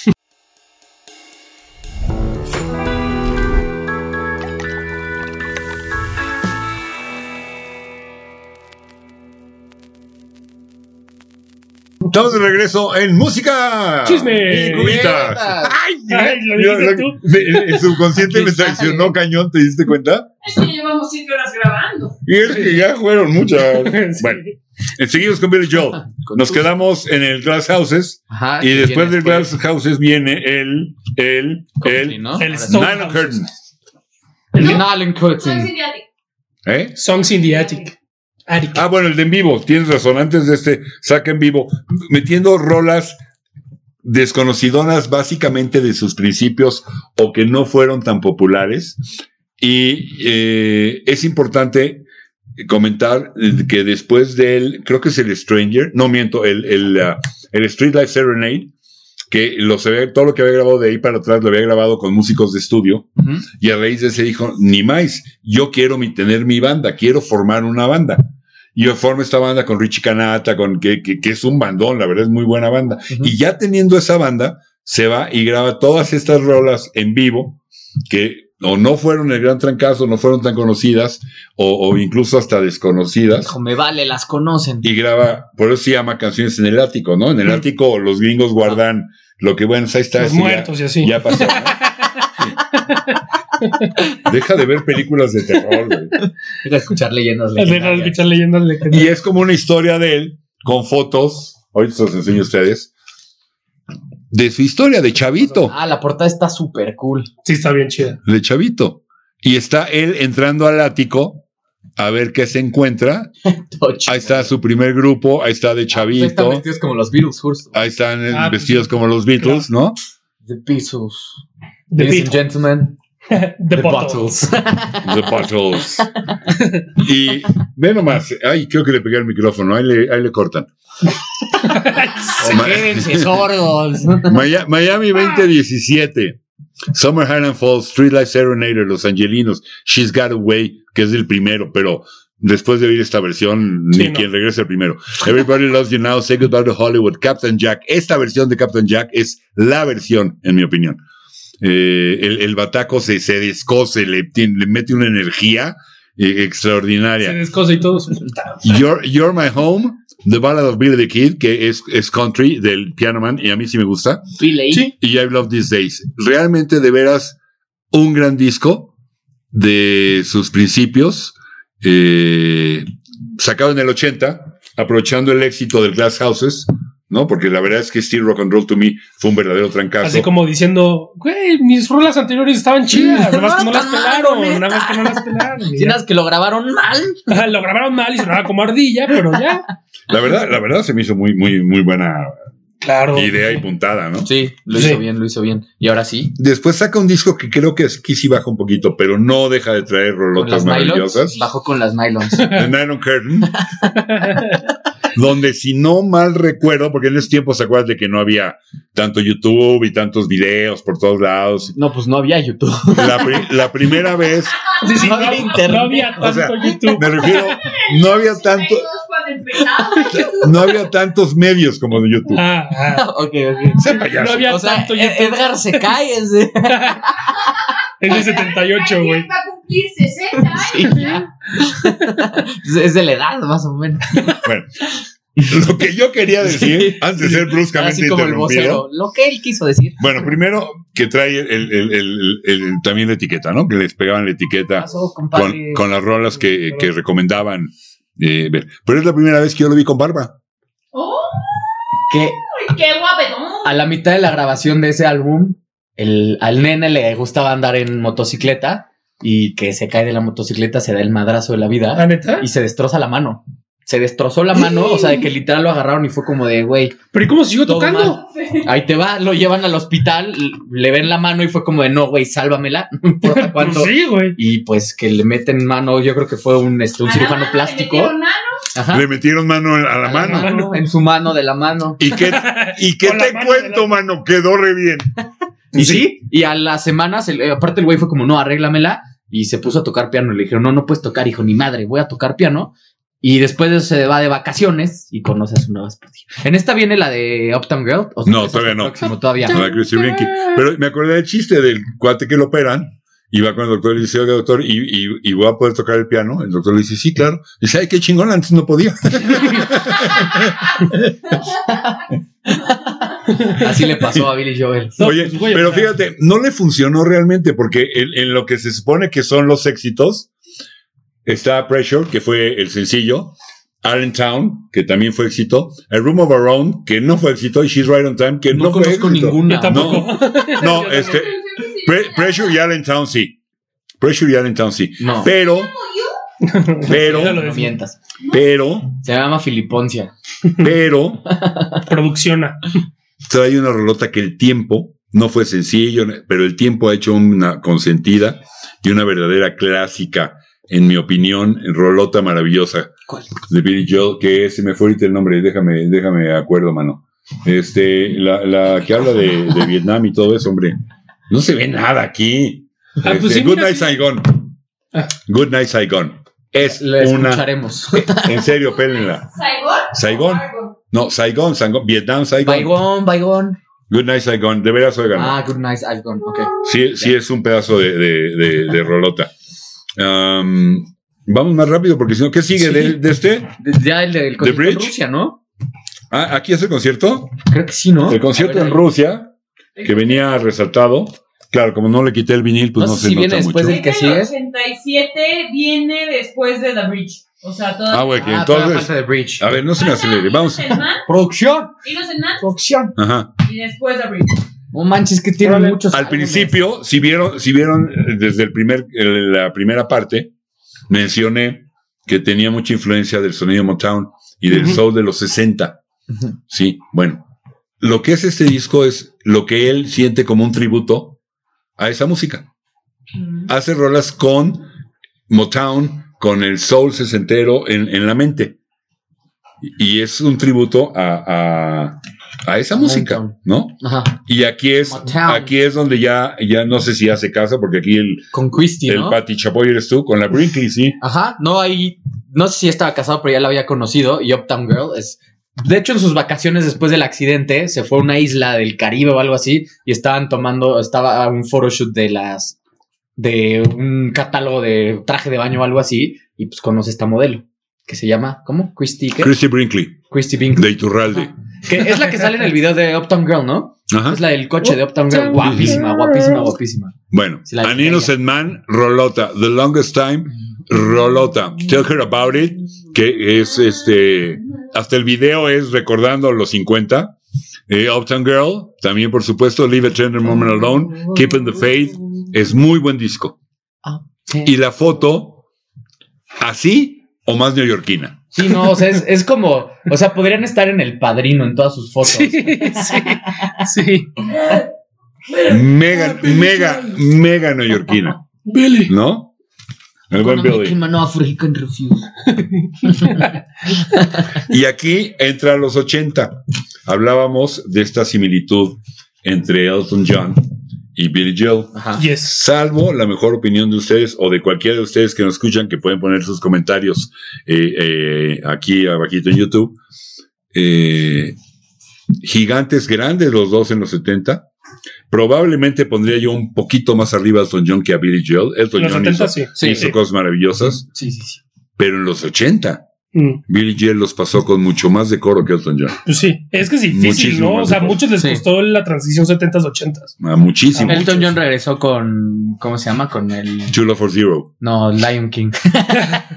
S1: Estamos de regreso en música.
S3: Chisme.
S1: Y cubitas.
S3: Ay, ay, lo
S1: Yo-
S3: dijiste
S1: lo-
S3: tú. eh.
S1: me- el subconsciente me
S2: Mensaje.
S1: traicionó cañón, ¿te diste cuenta?
S4: Es que llevamos siete horas grabando.
S1: Y es que ya fueron muchas.
S3: Sí.
S1: Bueno, enseguida con Billy Joel.
S2: Con
S1: Nos
S2: tu-
S1: quedamos en el Glass Houses.
S2: Ajá,
S1: Y
S2: que
S1: después del
S2: viene
S1: Glass Houses viene el, el,
S2: Courtney,
S1: el
S2: ¿no?
S3: el
S2: Ahora sí.
S3: Stone-
S1: Nine Curtain.
S2: El de Alan
S4: Soy
S2: Curtin.
S4: Cindy Attic.
S1: ¿Eh?
S3: Songs in the Attic. Attic.
S1: Ah, bueno, el de en vivo, tienes razón. Antes de este, saca en vivo, metiendo rolas desconocidonas básicamente de sus principios o que no fueron tan populares. Y eh, es importante comentar eh, que después del, creo que es el Stranger, no miento, el, el, ah, el Street Life Serenade, que los había- todo lo que había grabado de ahí para atrás lo había grabado con músicos de estudio.
S2: Ujú.
S1: Y a raíz de ese dijo, ni más, yo quiero mi- tener mi banda, quiero formar una banda. Y yo formo esta banda con Richie Canata, con, que, que- que es un bandón, la verdad es muy buena banda.
S2: Ujú.
S1: Y ya teniendo esa banda, se va y graba todas estas rolas en vivo que o no fueron el gran trancazo, no fueron tan conocidas, o, o incluso hasta desconocidas.
S2: Hijo, me vale, las conocen.
S1: Y graba, por eso se llama Canciones en el Ático, ¿no? En el
S3: Ujú.
S1: Ático los gringos guardan lo que, bueno, ahí está.
S3: Los
S1: ese ya-
S3: muertos y así.
S1: ya pasó. ¿no? Sí. Deja de ver películas de terror, güey.
S2: Deja de escuchar leyendas
S3: Deja de
S2: legendarias.
S3: escuchar leyendas legendarias.
S1: Y es como una historia de él con fotos. Ahorita se los enseño a ustedes. De su historia, de Chavito.
S2: Ah, la portada está súper cool.
S3: Sí, está bien chida.
S1: De Chavito. Y está él entrando al ático a ver qué se encuentra.
S2: Tocho.
S1: Ahí está su primer grupo. Ahí está de
S2: Ustedes Están
S1: Chavito.
S2: vestidos como los Beatles, justo.
S1: Ahí están eh,
S3: pues Ah, pues,
S1: vestidos como los Beatles, ¿no?
S2: The Beatles.
S3: The
S2: Ladies and
S3: Beatles.
S2: gentlemen,
S3: The
S2: the,
S3: Bottles.
S2: Bottles.
S1: The Beatles. Y ve nomás. Ay, creo que le pegué el micrófono. Ahí le, ahí le cortan. Oh,
S2: Quédense sordos.
S1: Maya- Miami 2017. Summer Highland Falls, Street Life Serenader, Los Angelinos, She's Got Away, que es el primero, pero después de oír esta versión,
S3: Sí,
S1: ni
S3: no.
S1: quien regrese el primero. Everybody Loves You Now, Say Goodbye to Hollywood, Captain Jack. Esta versión de Captain Jack es la versión, en mi opinión. Eh, el, el bataco se, se descoce, le, tiene- le mete una energía eh, extraordinaria.
S3: Se descosa y todo.
S1: You're, You're My Home, The Ballad of Billy the Kid, que es, es country del Piano Man, y a mí sí me gusta.
S2: Billy.
S3: Sí.
S1: Y I Love These Days. Realmente, de veras, un gran disco de sus principios, eh, sacado en el 80, aprovechando el éxito del Glass Houses, ¿no? Porque la verdad es que Still Rock and Roll to Me fue un verdadero trancazo.
S3: Así como diciendo, güey, mis rolas anteriores estaban chidas, nada más que no
S2: No,
S3: las
S2: tan mal,
S3: pelaron,
S2: neta.
S3: nada más que no las pelaron. Y
S2: Si no es que lo grabaron mal.
S3: ya. Lo grabaron mal y sonaba como ardilla, pero ya.
S1: La verdad, la verdad se me hizo muy, muy, muy buena
S3: Claro.
S1: idea y puntada, ¿no?
S2: Sí, lo
S3: Sí.
S2: hizo bien, lo hizo bien. Y ahora sí.
S1: Después saca un disco que creo que aquí sí baja un poquito, pero no deja de traer
S2: Con las
S1: rolotas
S2: nylons.
S1: maravillosas.
S2: Bajó con las nylons.
S1: The Nylon Curtain. donde si no mal recuerdo, porque en ese tiempo se acuerdan de que no había tanto YouTube y tantos videos por todos lados.
S2: No, pues no había YouTube.
S1: La, pri- la primera vez,
S3: Sí, sí,
S2: No había internet.
S3: no había tanto
S1: O sea,
S3: YouTube.
S1: me refiero, no había tanto,
S4: Cuando empezamos.
S1: no había tantos medios como de YouTube.
S3: Ah, ah.
S2: ok, ok.
S1: Sé
S3: No
S1: payaso.
S3: había
S2: O sea,
S3: tanto
S2: E-
S3: YouTube.
S2: Edgar se cae. es de- eh,
S3: Es de 78, güey.
S4: Va a cumplir 60 años.
S2: Sí, ya. Es- es de la edad, más o menos.
S1: Bueno, lo que yo quería decir, antes de ser bruscamente
S2: Así como el
S1: interrumpido.
S2: vocero. Lo que él quiso decir.
S1: Bueno, primero que trae el, el- el- el- el- también la etiqueta, ¿no? Que les pegaban la etiqueta
S2: Pasó, compadre.
S1: con, con las rolas que, que recomendaban eh, ver. Pero es la primera vez que yo lo vi con barba.
S4: ¡Oh,
S2: Que
S4: qué guapetón!
S2: a la mitad de la grabación de ese álbum, el, al nene le gustaba andar en motocicleta y que se cae de la motocicleta, se da el madrazo de la
S3: ¿La
S2: vida
S3: neta?
S2: y se destroza la mano. se destrozó la mano, o sea, de que literal lo agarraron y fue como de, güey,
S3: Pero ¿y cómo siguió
S2: Todo
S3: tocando? Pues
S2: mal. ahí te va, lo llevan al hospital, l- le ven la mano y fue como de, no, güey, sálvamela, no importa cuánto.
S3: Pues sí, güey.
S2: Y pues que le meten mano, yo creo que fue un, este, un
S4: A la
S2: cirujano
S4: mano
S2: plástico.
S4: Ah, le metieron mano.
S2: Ajá.
S1: Le metieron mano a la,
S2: Ah. A
S1: mano.
S2: En su mano, de la mano.
S1: ¿Y qué, y qué
S3: Con la
S1: te
S3: mano
S1: cuento, mano? Quedó re bien.
S2: ¿Y
S1: Sí.
S2: sí? Y a las semanas, el- eh, aparte el güey fue como, no, arréglamela. Y se puso a tocar piano. Y le dijeron, no, no puedes tocar, hijo, ni madre, voy a tocar piano. Y después de eso se va de vacaciones y conoce a su nueva esposa. ¿En esta viene la de Uptown Girl? ¿O
S1: No,
S2: es
S1: todavía
S2: el
S1: no.
S2: próximo? todavía.
S1: No, la Chris Brinkley. Pero me acordé del chiste del cuate que lo operan. Y va con el doctor y le dice, oiga, doctor, ¿y, y, y voy a poder tocar el piano? El doctor le dice, sí, claro. dice, ay, qué chingón, antes no podía.
S2: Así le pasó a Billy Joel.
S3: No,
S1: Oye,
S3: pues, güey,
S1: pero
S3: o sea,
S1: fíjate, no le funcionó realmente porque en, en lo que se supone que son los éxitos está Pressure, que fue el sencillo, Allentown, que también fue éxito, A Room of Our Own, que no fue éxito, y She's Right on Time, que no,
S2: No,
S1: fue
S2: conozco
S1: éxito.
S2: ninguna.
S3: Yo tampoco.
S1: No, este, Pre- Pressure y Allentown sí. Pressure y Allentown sí.
S2: No,
S1: Pero, pero,
S3: Ya lo
S2: no
S3: decía.
S2: mientas.
S1: pero,
S2: Se llama Filiponcia.
S1: pero,
S3: Producciona.
S1: trae una rolota que el tiempo no fue sencillo, pero el tiempo ha hecho una consentida y una verdadera clásica, en mi opinión, rolota maravillosa
S2: ¿Cuál?
S1: de Billy Joel, que es- se me fue ahorita el nombre, déjame, déjame de acuerdo, mano. Este, la, la que habla de, de Vietnam y todo eso, hombre. No se ve nada aquí.
S3: Ah, pues
S1: Este,
S3: sí,
S1: Good
S3: mira,
S1: night, Saigon.
S3: Ah.
S1: Good night, Saigon. Es
S2: La
S1: una.
S2: escucharemos.
S1: En serio, pélenla.
S4: ¿Saigón?
S1: Saigón. No, Saigon, Saigon, Vietnam, Saigon.
S2: Baigón, Baigón.
S1: Good night, Saigon. De veras, oigan.
S2: Ah, good night, I've gone. Ok.
S1: Sí, sí es un pedazo de, de- de- de rolota. Am, vamos más rápido porque si no, ¿qué sigue
S2: Sí.
S1: de, de este?
S2: De- Ya el del concierto en
S1: Bridge?
S2: Rusia, ¿no?
S1: Ah, aquí es el concierto.
S2: Creo que sí, ¿no?
S1: El concierto
S2: A ver,
S1: en Rusia, que venía resaltado. Claro, como no le quité el vinil, pues
S2: No
S1: no,
S2: sé
S1: se
S2: si
S1: nota
S2: viene después
S1: mucho.
S2: del- ¿El que sigue?
S4: El 87 viene después de The Bridge. O sea, toda.
S1: Ah, güey, que
S2: Ah, toda la
S1: entonces.
S2: falta de Bridge.
S1: A ver, no se me acelere. Vamos.
S4: Innocent Man,
S2: Producción.
S4: Innocent Man
S2: Producción.
S1: Ajá.
S4: y después The Bridge.
S2: No manches, que tiene
S3: Órale.
S2: muchos.
S1: Al
S2: álbumes.
S1: principio, si vieron, si vieron eh, desde el primer, el- la primera parte, mencioné que tenía mucha influencia del sonido Motown y del
S3: Ujú.
S1: soul de los 60.
S2: Ujú.
S1: Sí, bueno. Lo que es este disco es lo que él siente como un tributo a esa música. Hace rolas con Motown, con el soul sesentero en, en la mente. Y es un tributo a, a- a esa música,
S2: Motown.
S1: ¿no?
S2: Ajá.
S1: Y aquí es,
S2: Motown.
S1: aquí es donde ya, ya no sé si hace caso, porque aquí el,
S2: Con Christie,
S1: el
S2: ¿no?
S1: Patty Chapoy eres tú, con la Brinkley, sí.
S2: Ajá. No, ahí. No sé si estaba casado, pero ya la había conocido. Y Uptown Girl es. De hecho, en sus vacaciones después del accidente, se fue a una isla del Caribe o algo así. Y estaban tomando. Estaba un photoshoot de las. De un catálogo de traje de baño o algo así. Y pues conoce esta modelo. Que se llama. ¿Cómo? Christie. ¿qué?
S1: Christy Brinkley,
S2: Christie Bing.
S1: de Iturralde.
S2: Que es la que sale en el video de Uptown Girl, ¿no?
S1: Ajá.
S2: Es la del coche de Uptown Girl. Guapísima, guapísima, guapísima.
S1: Bueno,
S2: Sí, la
S1: An
S2: vi.
S1: Innocent Man, Rolota. The Longest Time, Rolota. Tell Her About It, que
S4: Ah.
S1: es este. Hasta el video es recordando los 50. Eh, Uptown Girl, también por supuesto, Leave a Tender Moment Alone, Keeping the Faith. Es muy buen disco. Y la foto, así o más neoyorquina.
S2: Sí, no, o sea, es, es como, o sea, podrían estar en el padrino en todas sus fotos.
S3: Sí, sí, sí.
S1: Mega, mega, mega neoyorquina,
S3: Billy.
S1: ¿no? El buen Billy. Y aquí entra los 80. Hablábamos de esta similitud entre Elton John y Billy Joel.
S2: Ajá.
S3: Yes.
S1: Salvo la mejor opinión de ustedes o de cualquiera de ustedes que nos escuchan, que pueden poner sus comentarios eh, eh, aquí abajito en YouTube. Eh, gigantes grandes los dos en los 70. Probablemente pondría yo un poquito más arriba a Elton John que a Billy Joel. Elton
S3: Los
S1: John
S3: 70
S1: hizo,
S3: sí.
S2: Sí,
S1: hizo cosas maravillosas,
S2: Sí, sí, sí.
S1: pero en los 80
S3: Mm,
S1: Billy Joel los pasó con mucho más decoro que Elton John.
S3: Pues sí. Es que es difícil,
S1: Muchísimo
S3: ¿no? O
S1: más
S3: sea, a
S1: difícil.
S3: muchos les
S2: Sí.
S3: costó la transición 70s, 80s.
S1: A muchísimo.
S2: Elton John regresó con, ¿cómo se llama? Con el...
S1: Two Love for Zero.
S2: No, Lion King.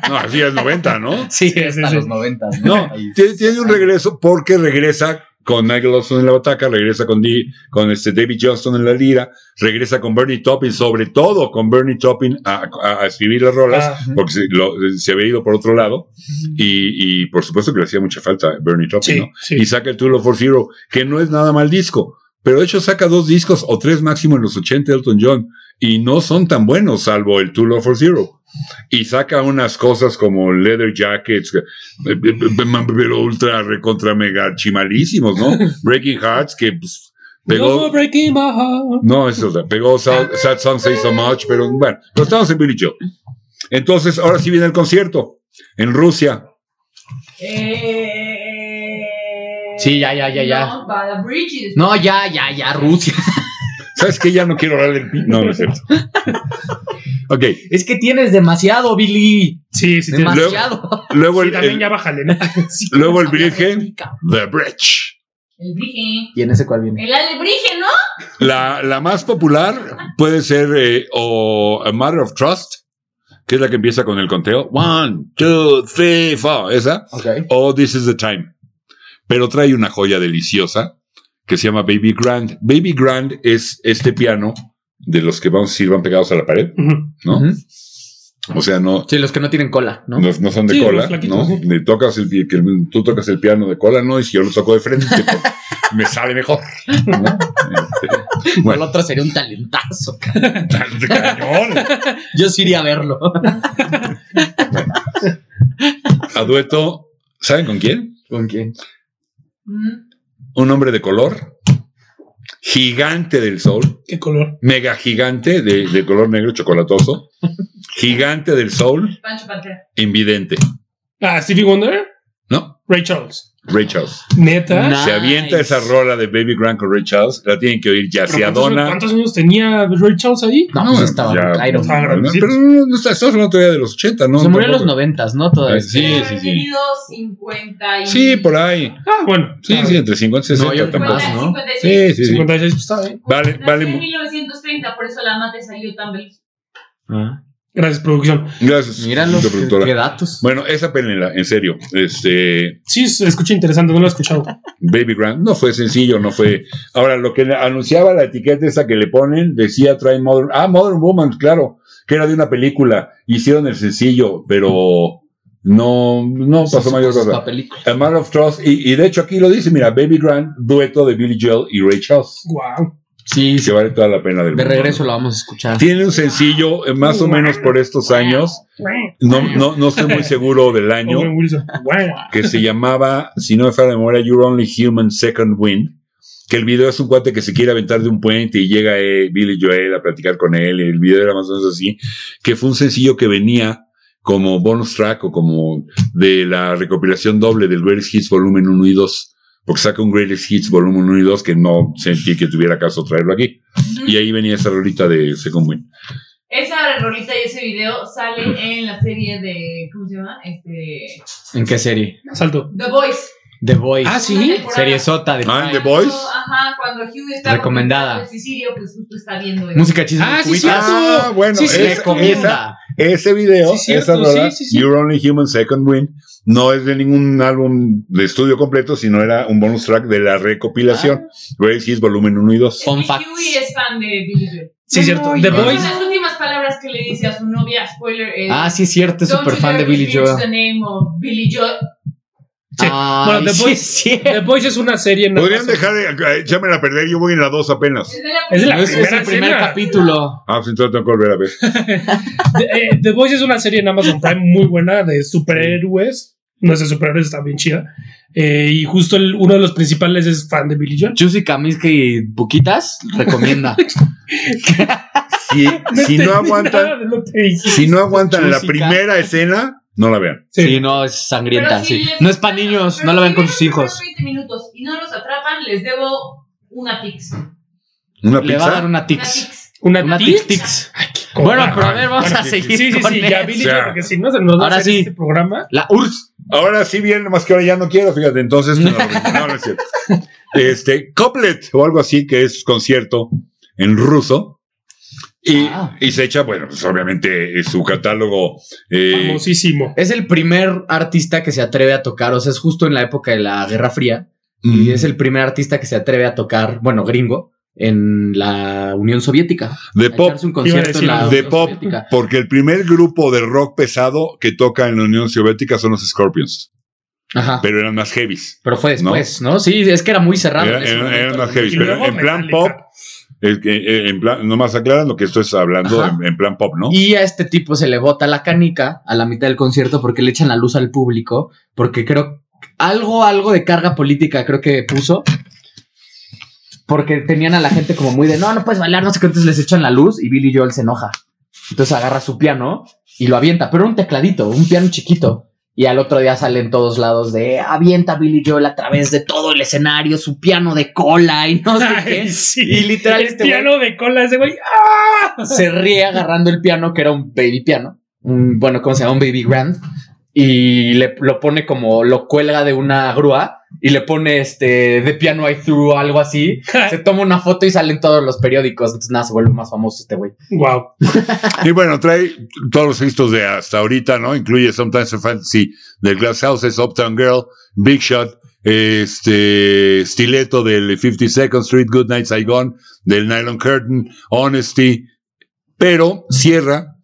S1: No, así es 90, ¿no?
S3: Sí,
S2: Sí,
S3: sí,
S2: hasta
S3: sí. Ah,
S2: los noventas.
S1: No,
S2: Ahí.
S1: tiene, tiene un regreso porque regresa con Nigel Lawson en la bataca, regresa con, Di- con este David Johnston en la lira, regresa con Bernie Toppin, sobre todo con Bernie Toppin a, a- a escribir las rolas,
S3: Ah, ujú.
S1: porque se, lo- se había ido por otro lado, y, y por supuesto que le hacía mucha falta Bernie Toppin,
S3: Sí,
S1: ¿no?
S3: sí.
S1: y saca el Tool for Zero, que no es nada mal disco, pero de hecho saca dos discos o tres máximo en los 80 de Elton John y no son tan buenos salvo el Tool for Zero. Y saca unas cosas como leather jackets, eh, eh, eh, pero ultra recontra mega chimalísimos, ¿no? Breaking Hearts que pues,
S3: No
S1: pegó
S3: breaking my heart.
S1: no, eso, pegó Sad, Sad Song Say So Much, pero bueno, pero estamos en Billy Joe. Entonces, ahora sí viene el concierto en Rusia.
S4: Eh,
S2: Sí, ya, ya, ya, ya.
S4: No, para Bridges.
S2: No, ya, ya, ya, Rusia.
S1: ¿Sabes qué? Ya no quiero hablar del pi- No, no es cierto. Ok.
S2: Es que tienes demasiado, Billy.
S3: Sí, sí. tiene-
S1: Demás-
S2: Demasiado.
S1: Luego
S3: Sí,
S1: el,
S3: también
S1: el-
S3: ya bájale. ¿no? Sí.
S1: luego el virgen, The Bridge.
S4: El Brige.
S2: ¿Y en ese cuál viene?
S4: El alebrije, ¿no?
S1: La, la más popular puede ser eh, o A Matter of Trust, que es la que empieza con el conteo. One, two, three, four. Esa.
S2: Ok.
S1: O This is the Time. Pero trae una joya deliciosa que se llama Baby Grand. Baby Grand es este piano de los que vamos a decir van pegados a la pared,
S3: Ujú.
S1: ¿no?
S2: Ujú.
S1: O sea, no,
S2: Sí, los que no tienen cola, ¿no?
S1: ¿no? no son de
S3: Sí,
S1: cola,
S3: los
S1: ¿no?
S3: flaquitos, sí.
S1: Le tocas el, pi- que el- tú tocas el piano de cola, ¿no? Y si yo lo toco de frente, pues, me sale mejor. ¿no? Este,
S2: El
S1: bueno,
S2: otro sería un talentazo. cara.
S1: de Este, cañón.
S2: Yo sí iría a verlo.
S1: A dueto, ¿saben con quién?
S2: ¿Con quién?
S4: Mm.
S1: Un hombre de color, gigante del sol,
S3: ¿Qué color?
S1: mega gigante de, de color negro chocolatoso, gigante del sol,
S4: Pancho Pantera.
S1: invidente,
S3: Ah, Stevie Wonder.
S1: ¿no?
S3: Ray Charles.
S1: Ray Charles.
S3: Neta.
S2: Nah.
S1: Se avienta
S2: Nice.
S1: esa rola de Baby Grant con Ray Charles, la tienen que oír ya
S3: Pero
S1: sea
S3: ¿cuántos,
S1: dona.
S3: ¿Cuántos años tenía Ray Charles ahí?
S2: No,
S1: No,
S2: pues estaba
S1: Ah, ya,
S2: Iron Man.
S3: Ah,
S1: Pero,
S3: sí.
S1: no, no, está- estamos hablando todavía de los 80, ¿no?
S2: Se murió en los
S1: Tampoco.
S2: noventas, ¿no? Todavía.
S1: Ah, Sí, sí,
S4: Haber
S1: sí.
S4: tenido 50 y...
S1: Sí, por ahí.
S3: Ah, bueno.
S1: Sí,
S3: Ah,
S1: sí, entre 50 y 60
S2: No, yo-
S1: tampoco.
S4: 50,
S2: ¿no?
S1: Sí,
S4: 56.
S1: sí, sí.
S3: 56 pues, está bien.
S1: Vale,
S4: Nació
S1: vale.
S4: en
S1: mu-
S4: 1930, por eso la mate salió tan veloz.
S2: Ah.
S3: Gracias, producción.
S1: Gracias,
S2: Míralo,
S1: señorita
S2: qué,
S1: productora.
S2: qué datos.
S1: Bueno, esa película, en serio. Este,
S3: Sí, se escucha interesante, no lo he escuchado.
S1: Baby Grant no fue sencillo, no fue. Ahora, lo que le anunciaba la etiqueta esa que le ponen, decía Try Modern. Ah, Modern Woman, claro, que era de una película. Hicieron el sencillo, pero no, no pasó mayor cosa.
S2: La película.
S1: A Man of Trust, y, y de hecho aquí lo dice, mira, Baby Grant, dueto de Billy Joel y Ray Charles.
S3: Wow.
S2: Sí,
S1: Y
S2: sí.
S1: que vale toda la pena del
S2: De
S1: mundo,
S2: regreso
S1: ¿no?
S2: lo vamos a escuchar.
S1: Tiene un sencillo, eh, más o menos por estos años, no, no, no estoy muy seguro del año,
S3: Owen Wilson. Wow.
S1: que se llamaba, si no me falla la memoria, You're Only Human Second Wind, que el video es un cuate que se quiere aventar de un puente y llega eh, Billy Joel a platicar con él, el video era más o menos así, que fue un sencillo que venía como bonus track o como de la recopilación doble del Greatest Hits Volumen 1 y 2, porque saca un Greatest Hits Volumen 1 y 2 que no sentí que tuviera caso traerlo aquí,
S4: Ujú.
S1: y ahí venía esa rolita de Second Wind.
S4: Esa rolita y ese video salen en la serie de. ¿Cómo se llama? Este.
S2: ¿En qué serie?
S3: Salto.
S4: The Voice.
S2: The Voice.
S3: Ah, sí.
S2: Serie sota de
S1: Ah, The
S4: Cuando-
S1: Voice.
S4: Ajá, cuando Hugh está.
S2: Recomendada.
S4: comentando el suicidio, pues justo está viendo eso.
S2: Música chisme.
S3: Ah, sí,
S2: Cuica.
S3: cierto.
S1: Ah, bueno,
S3: Sí,
S1: esa-
S3: sí,
S1: esa-
S2: recomienda.
S1: ese video,
S3: Sí, cierto,
S1: esa rola,
S3: sí, sí, sí.
S1: You're Only Human Second Wind, no es de ningún álbum de estudio completo, sino era un bonus track de la recopilación.
S3: Ah.
S1: Grace Hits Volumen 1 y 2.
S2: Fun
S4: Y
S2: facts.
S4: Huey es fan de Billy Joel.
S3: Sí, cierto. The
S4: Esas
S3: Boys.
S4: Son las últimas palabras que le dice a su novia, spoiler. es,
S2: Ah, sí, es cierto. Es
S4: "Don't
S2: súper
S4: you
S2: fan de
S4: dare
S2: Billy
S4: repeat
S2: Joel.
S4: the name of Billy Joel.
S3: Sí.
S2: Ah,
S3: Bueno, The
S2: sí,
S3: Boys-
S2: es cierto.
S3: The Boys es una serie. nada
S1: Podrían
S3: más.
S1: dejar, eh, échamela a perder, yo voy en la 2 apenas.
S4: Es de la
S3: Es de la
S2: No, es, es
S3: primera
S2: el primer
S3: escena.
S2: capítulo.
S1: Ah, pues entonces tengo que volver a ver.
S3: The, eh, The Boys es una serie en Amazon Prime muy buena de superhéroes. No sé, superhéroes está bien chida. Eh, y justo el- uno de los principales es fan de Billy Joel.
S2: Chusy Kaminsky y Buquitas recomienda.
S1: Si, si no
S3: entendí nada
S1: aguantan,
S3: de lo que dijiste.
S1: si no aguantan la
S2: Música.
S1: primera escena, no la vean.
S3: Sí.
S2: sí. no, es sangrienta.
S4: Pero si
S2: Sí.
S4: les-
S2: No es para niños,
S4: pero
S2: no la vean
S4: si
S2: con
S4: vieron
S2: sus hijos.
S4: los 20 minutos y no los atrapan, les debo una pix.
S1: Una
S2: Le va a dar
S1: pizza.
S2: una
S4: Una
S2: tics.
S4: pix.
S3: Una,
S2: Una
S3: tic.
S2: tics tics.
S3: Bueno,
S2: Bueno, pero a ver, vamos
S1: Bueno,
S2: a
S1: sí,
S2: seguir.
S3: sí, sí,
S2: con
S3: sí, ya
S2: esto.
S3: Billy
S1: O sea,
S3: Joel, porque si no se nos va
S2: ahora
S3: a hacer
S2: sí.
S3: este programa.
S2: La URSS.
S1: Ahora sí viene, más que ahora ya no quiero, fíjate, entonces no, la vean. no, no es cierto. Este, Couplet o algo así, que es concierto en ruso. Y,
S2: Ah.
S1: y se echa, bueno, pues obviamente eh, su catálogo. eh,
S3: Famosísimo.
S2: Es el primer artista que se atreve a tocar, o sea, es justo en la época de la Guerra Fría,
S1: Mm.
S2: Y es el primer artista que se atreve a tocar, bueno, gringo, en la Unión Soviética.
S1: De
S2: A
S1: pop.
S2: echarse un concierto en la
S3: decir,
S1: De
S2: Unión
S1: pop,
S2: Soviética.
S1: porque el primer grupo de rock pesado que toca en la Unión Soviética son los Scorpions,
S2: Ajá.
S1: pero eran más heavies.
S2: Pero fue después, ¿no? Sí, es que era muy cerrado.
S1: Era-
S2: en ese
S1: era-
S2: momento,
S1: eran
S2: ¿no?
S1: más heavies,
S3: Y
S1: pero
S3: luego
S1: en plan pop,
S3: Metallica.
S1: eh, eh, en plan, nomás aclaran lo que esto es hablando
S2: Ajá.
S1: en, en plan pop, ¿no?
S2: Y a este tipo se le bota la canica a la mitad del concierto porque le echan la luz al público, porque creo algo, algo de carga política creo que puso. Porque tenían a la gente como muy de no, no puedes bailar, no sé qué, entonces les echan la luz y Billy Joel se enoja. Entonces agarra su piano y lo avienta, pero era un tecladito, un piano chiquito. Y al otro día salen todos lados de avienta Billy Joel a través de todo el escenario, su piano de cola y no sé
S3: Ay,
S2: qué.
S3: sí.
S2: Y literal
S3: El
S2: este güey-
S3: piano de cola ese güey. ¡Ah!
S2: se ríe agarrando el piano, que era un baby piano, un, bueno, ¿cómo se llama? Un baby grand, y le, lo pone como, lo cuelga de una grúa y le pone este, de piano I threw o algo así, se toma una foto y salen todos los periódicos, entonces nada, se vuelve más famoso este güey.
S3: Wow.
S1: Y bueno, trae todos los éxitos de hasta ahorita, ¿no? Incluye Sometimes a Fantasy del Glass Houses, Uptown Girl, Big Shot, este, Stiletto del 52nd Street, Good Night Saigon, del Nylon Curtain, Honesty, pero cierra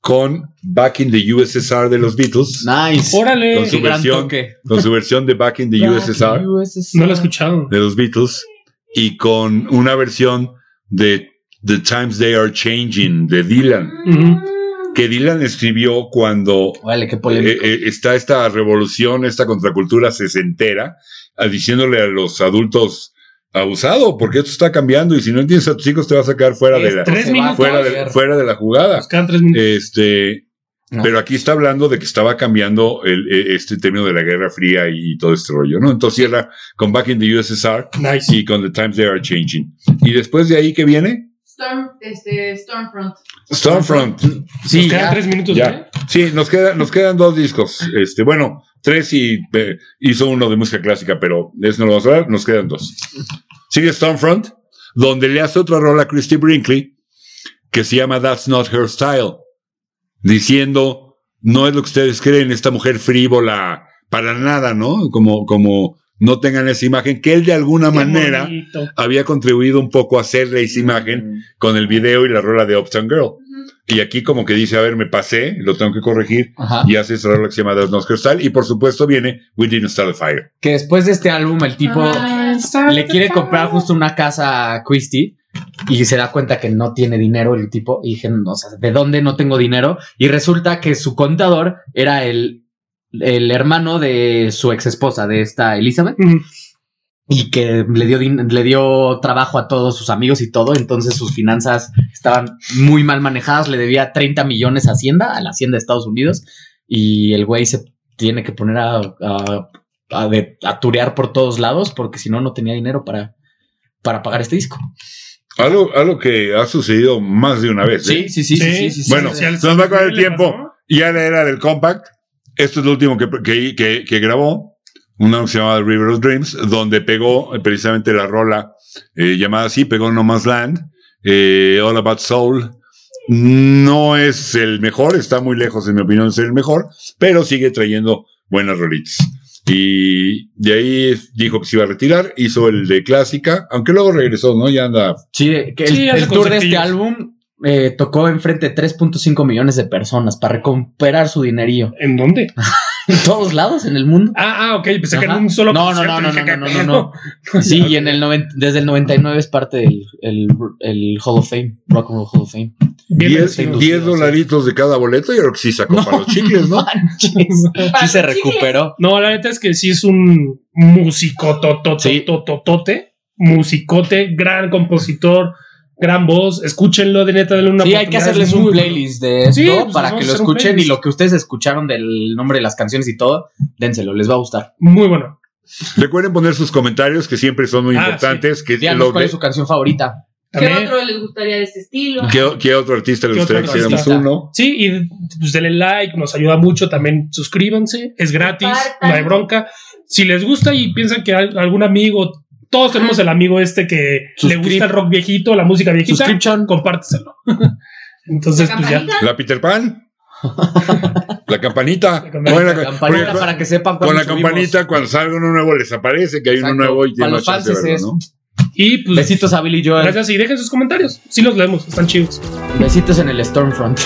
S1: con Back in the USSR de los Beatles,
S2: Nice.
S3: Órale.
S1: Con su
S2: Qué gran
S1: versión.
S2: toque.
S1: con su versión de Back in the USSR
S3: No lo he escuchado.
S1: de los Beatles y con una versión de The Times They Are Changing de Dylan,
S4: Mm.
S1: que Dylan escribió cuando
S2: Órale, qué
S1: eh,
S2: polémico.
S1: eh, está esta revolución, esta contracultura sesentera, a- diciéndole a los adultos abusado, porque esto está cambiando y si no entiendes a tus hijos te vas a quedar fuera de la
S2: Esto
S3: tres
S2: se va a
S3: minutos.
S1: fuera de,
S2: caer.
S1: fuera de la jugada.
S3: Nos quedan tres minutos.
S1: Este,
S2: No.
S1: pero aquí está hablando de que estaba cambiando el, eh, este término de la Guerra Fría y, todo este rollo, ¿no? Entonces cierra con Back in the USSR
S3: nice.
S1: y con The Times They Are Changing. Y después de ahí que viene
S4: Storm, este, Stormfront.
S1: Stormfront.
S2: Sí,
S3: Nos quedan
S2: ya.
S3: tres minutos.
S1: Ya.
S3: ¿eh?
S1: Sí, nos quedan, nos quedan dos discos. Este, bueno, tres y eh, hizo uno de música clásica, pero de eso no lo vamos a hablar, nos quedan dos. Sigue Stormfront, donde le hace otra rola a Christy Brinkley, que se llama That's Not Her Style, diciendo, no es lo que ustedes creen, esta mujer frívola, para nada, ¿no? Como, como no tengan esa imagen, que él de alguna
S3: Qué
S1: manera
S3: bonito.
S1: había contribuido un poco a hacerle esa imagen con el video y la rola de Uptown Girl. Y aquí como que dice, a ver, me pasé, lo tengo que corregir,
S2: Ajá.
S1: y hace esa rola que se llama That's Not Her Style. Y por supuesto viene We Didn't Start the Fire.
S2: Que después de este álbum el tipo...
S4: Ah,
S2: le quiere comprar justo una casa a Christie y se da cuenta que no tiene dinero el tipo. Y dije, no, o sea, ¿de dónde no tengo dinero? Y resulta que su contador era el, el hermano de su ex esposa, de esta Elizabeth,
S3: Mm.
S2: y que le dio, din- le dio trabajo a todos sus amigos y todo. Entonces sus finanzas estaban muy mal manejadas. Le debía 30 millones a Hacienda, a la Hacienda de Estados Unidos. Y el güey se tiene que poner a, a, a de- a turear por todos lados porque si no, no tenía dinero para, para pagar este disco.
S1: Algo, algo que ha sucedido más de una vez. ¿eh?
S2: sí, sí.
S1: Bueno,
S3: sí, sí, sí.
S1: nos va a acabar el
S3: Le pasó.
S1: tiempo. Y ya la era del compact. Esto es lo último que, que, que- que grabó. Una que se llamaba River of Dreams, donde pegó eh, precisamente la rola eh, llamada así, pegó No Man's Land, eh, All About Soul. No es el mejor, está muy lejos, en mi opinión, de ser el mejor, pero sigue trayendo buenas rolitas. Y de ahí dijo que se iba a retirar, hizo el de clásica, aunque luego regresó, ¿no? Ya anda
S2: Sí, que el,
S3: Sí, hace
S2: el tour de este
S3: concertillos.
S2: álbum eh, tocó enfrente de 3.5 millones de personas para recuperar su dinerío.
S3: ¿En dónde?
S2: En todos lados en el mundo.
S3: Ah, ah, ok. Pensé que
S2: Ajá.
S3: era un solo
S2: No, no,
S3: concierto,
S2: no, no,
S3: dije,
S2: no,
S3: ¿qué
S2: no, no,
S3: pedo?
S2: Sí, y en el noven- desde el 99 es parte del el, el Hall of Fame, Rock and Roll Hall of Fame.
S3: Bien
S1: 10,
S3: merecido.
S2: inducido, sí.
S1: dolaritos de cada boleto y ahora que sí sacó para los chicles, ¿no?
S2: Manches. Sí se recuperó.
S3: No, la neta es que sí es un musicototototote. Musicote, gran compositor, gran voz. Escúchenlo, de neta, denle una
S2: Sí, hay que
S3: oportunidad, es
S2: hacerles
S3: muy
S2: un
S3: bueno.
S2: playlist de esto
S3: Sí, pues,
S2: para
S3: vamos
S2: que
S3: a
S2: lo
S3: hacer un
S2: escuchen y
S3: playlist.
S2: lo que ustedes escucharon del nombre de las canciones y todo, dénselo, les va a gustar.
S3: Muy bueno.
S1: Recuerden poner sus comentarios que siempre son muy
S3: Ah,
S1: importantes. Que
S2: Díganos
S1: lo
S2: cuál
S1: de-
S2: es su canción favorita.
S4: ¿Qué
S3: También.
S4: otro les gustaría de este estilo?
S1: ¿qué, qué otro artista le
S3: ¿Qué otro
S1: gustaría que hiciéramos
S3: artista?
S1: uno?
S3: Sí, y pues denle like, nos ayuda mucho. También suscríbanse, es gratis,
S4: Compartan.
S3: no hay bronca. Si les gusta y piensan que al- algún amigo, todos tenemos el amigo este que le
S2: Suscrip-
S3: gusta el rock viejito, la música viejita,
S2: Subscription.
S3: compárteselo. Entonces,
S4: ¿La
S3: pues ya.
S4: campanita?
S1: ¿La Peter Pan? La campanita.
S3: La campanita,
S1: Oye,
S2: La campanita
S1: porque-
S2: para que sepan
S1: con
S2: cuándo
S1: la
S2: subimos.
S1: campanita, cuando salga uno nuevo, les aparece que hay
S2: Exacto.
S1: uno nuevo y
S2: Para
S1: tiene
S2: los
S1: la chance de
S2: fans
S1: verlo,
S2: es-
S1: ¿no?
S3: Y pues,
S2: Besitos a Billy Joel.
S3: gracias y dejen sus comentarios. Sí los leemos, están chidos.
S2: Besitos en el Stormfront.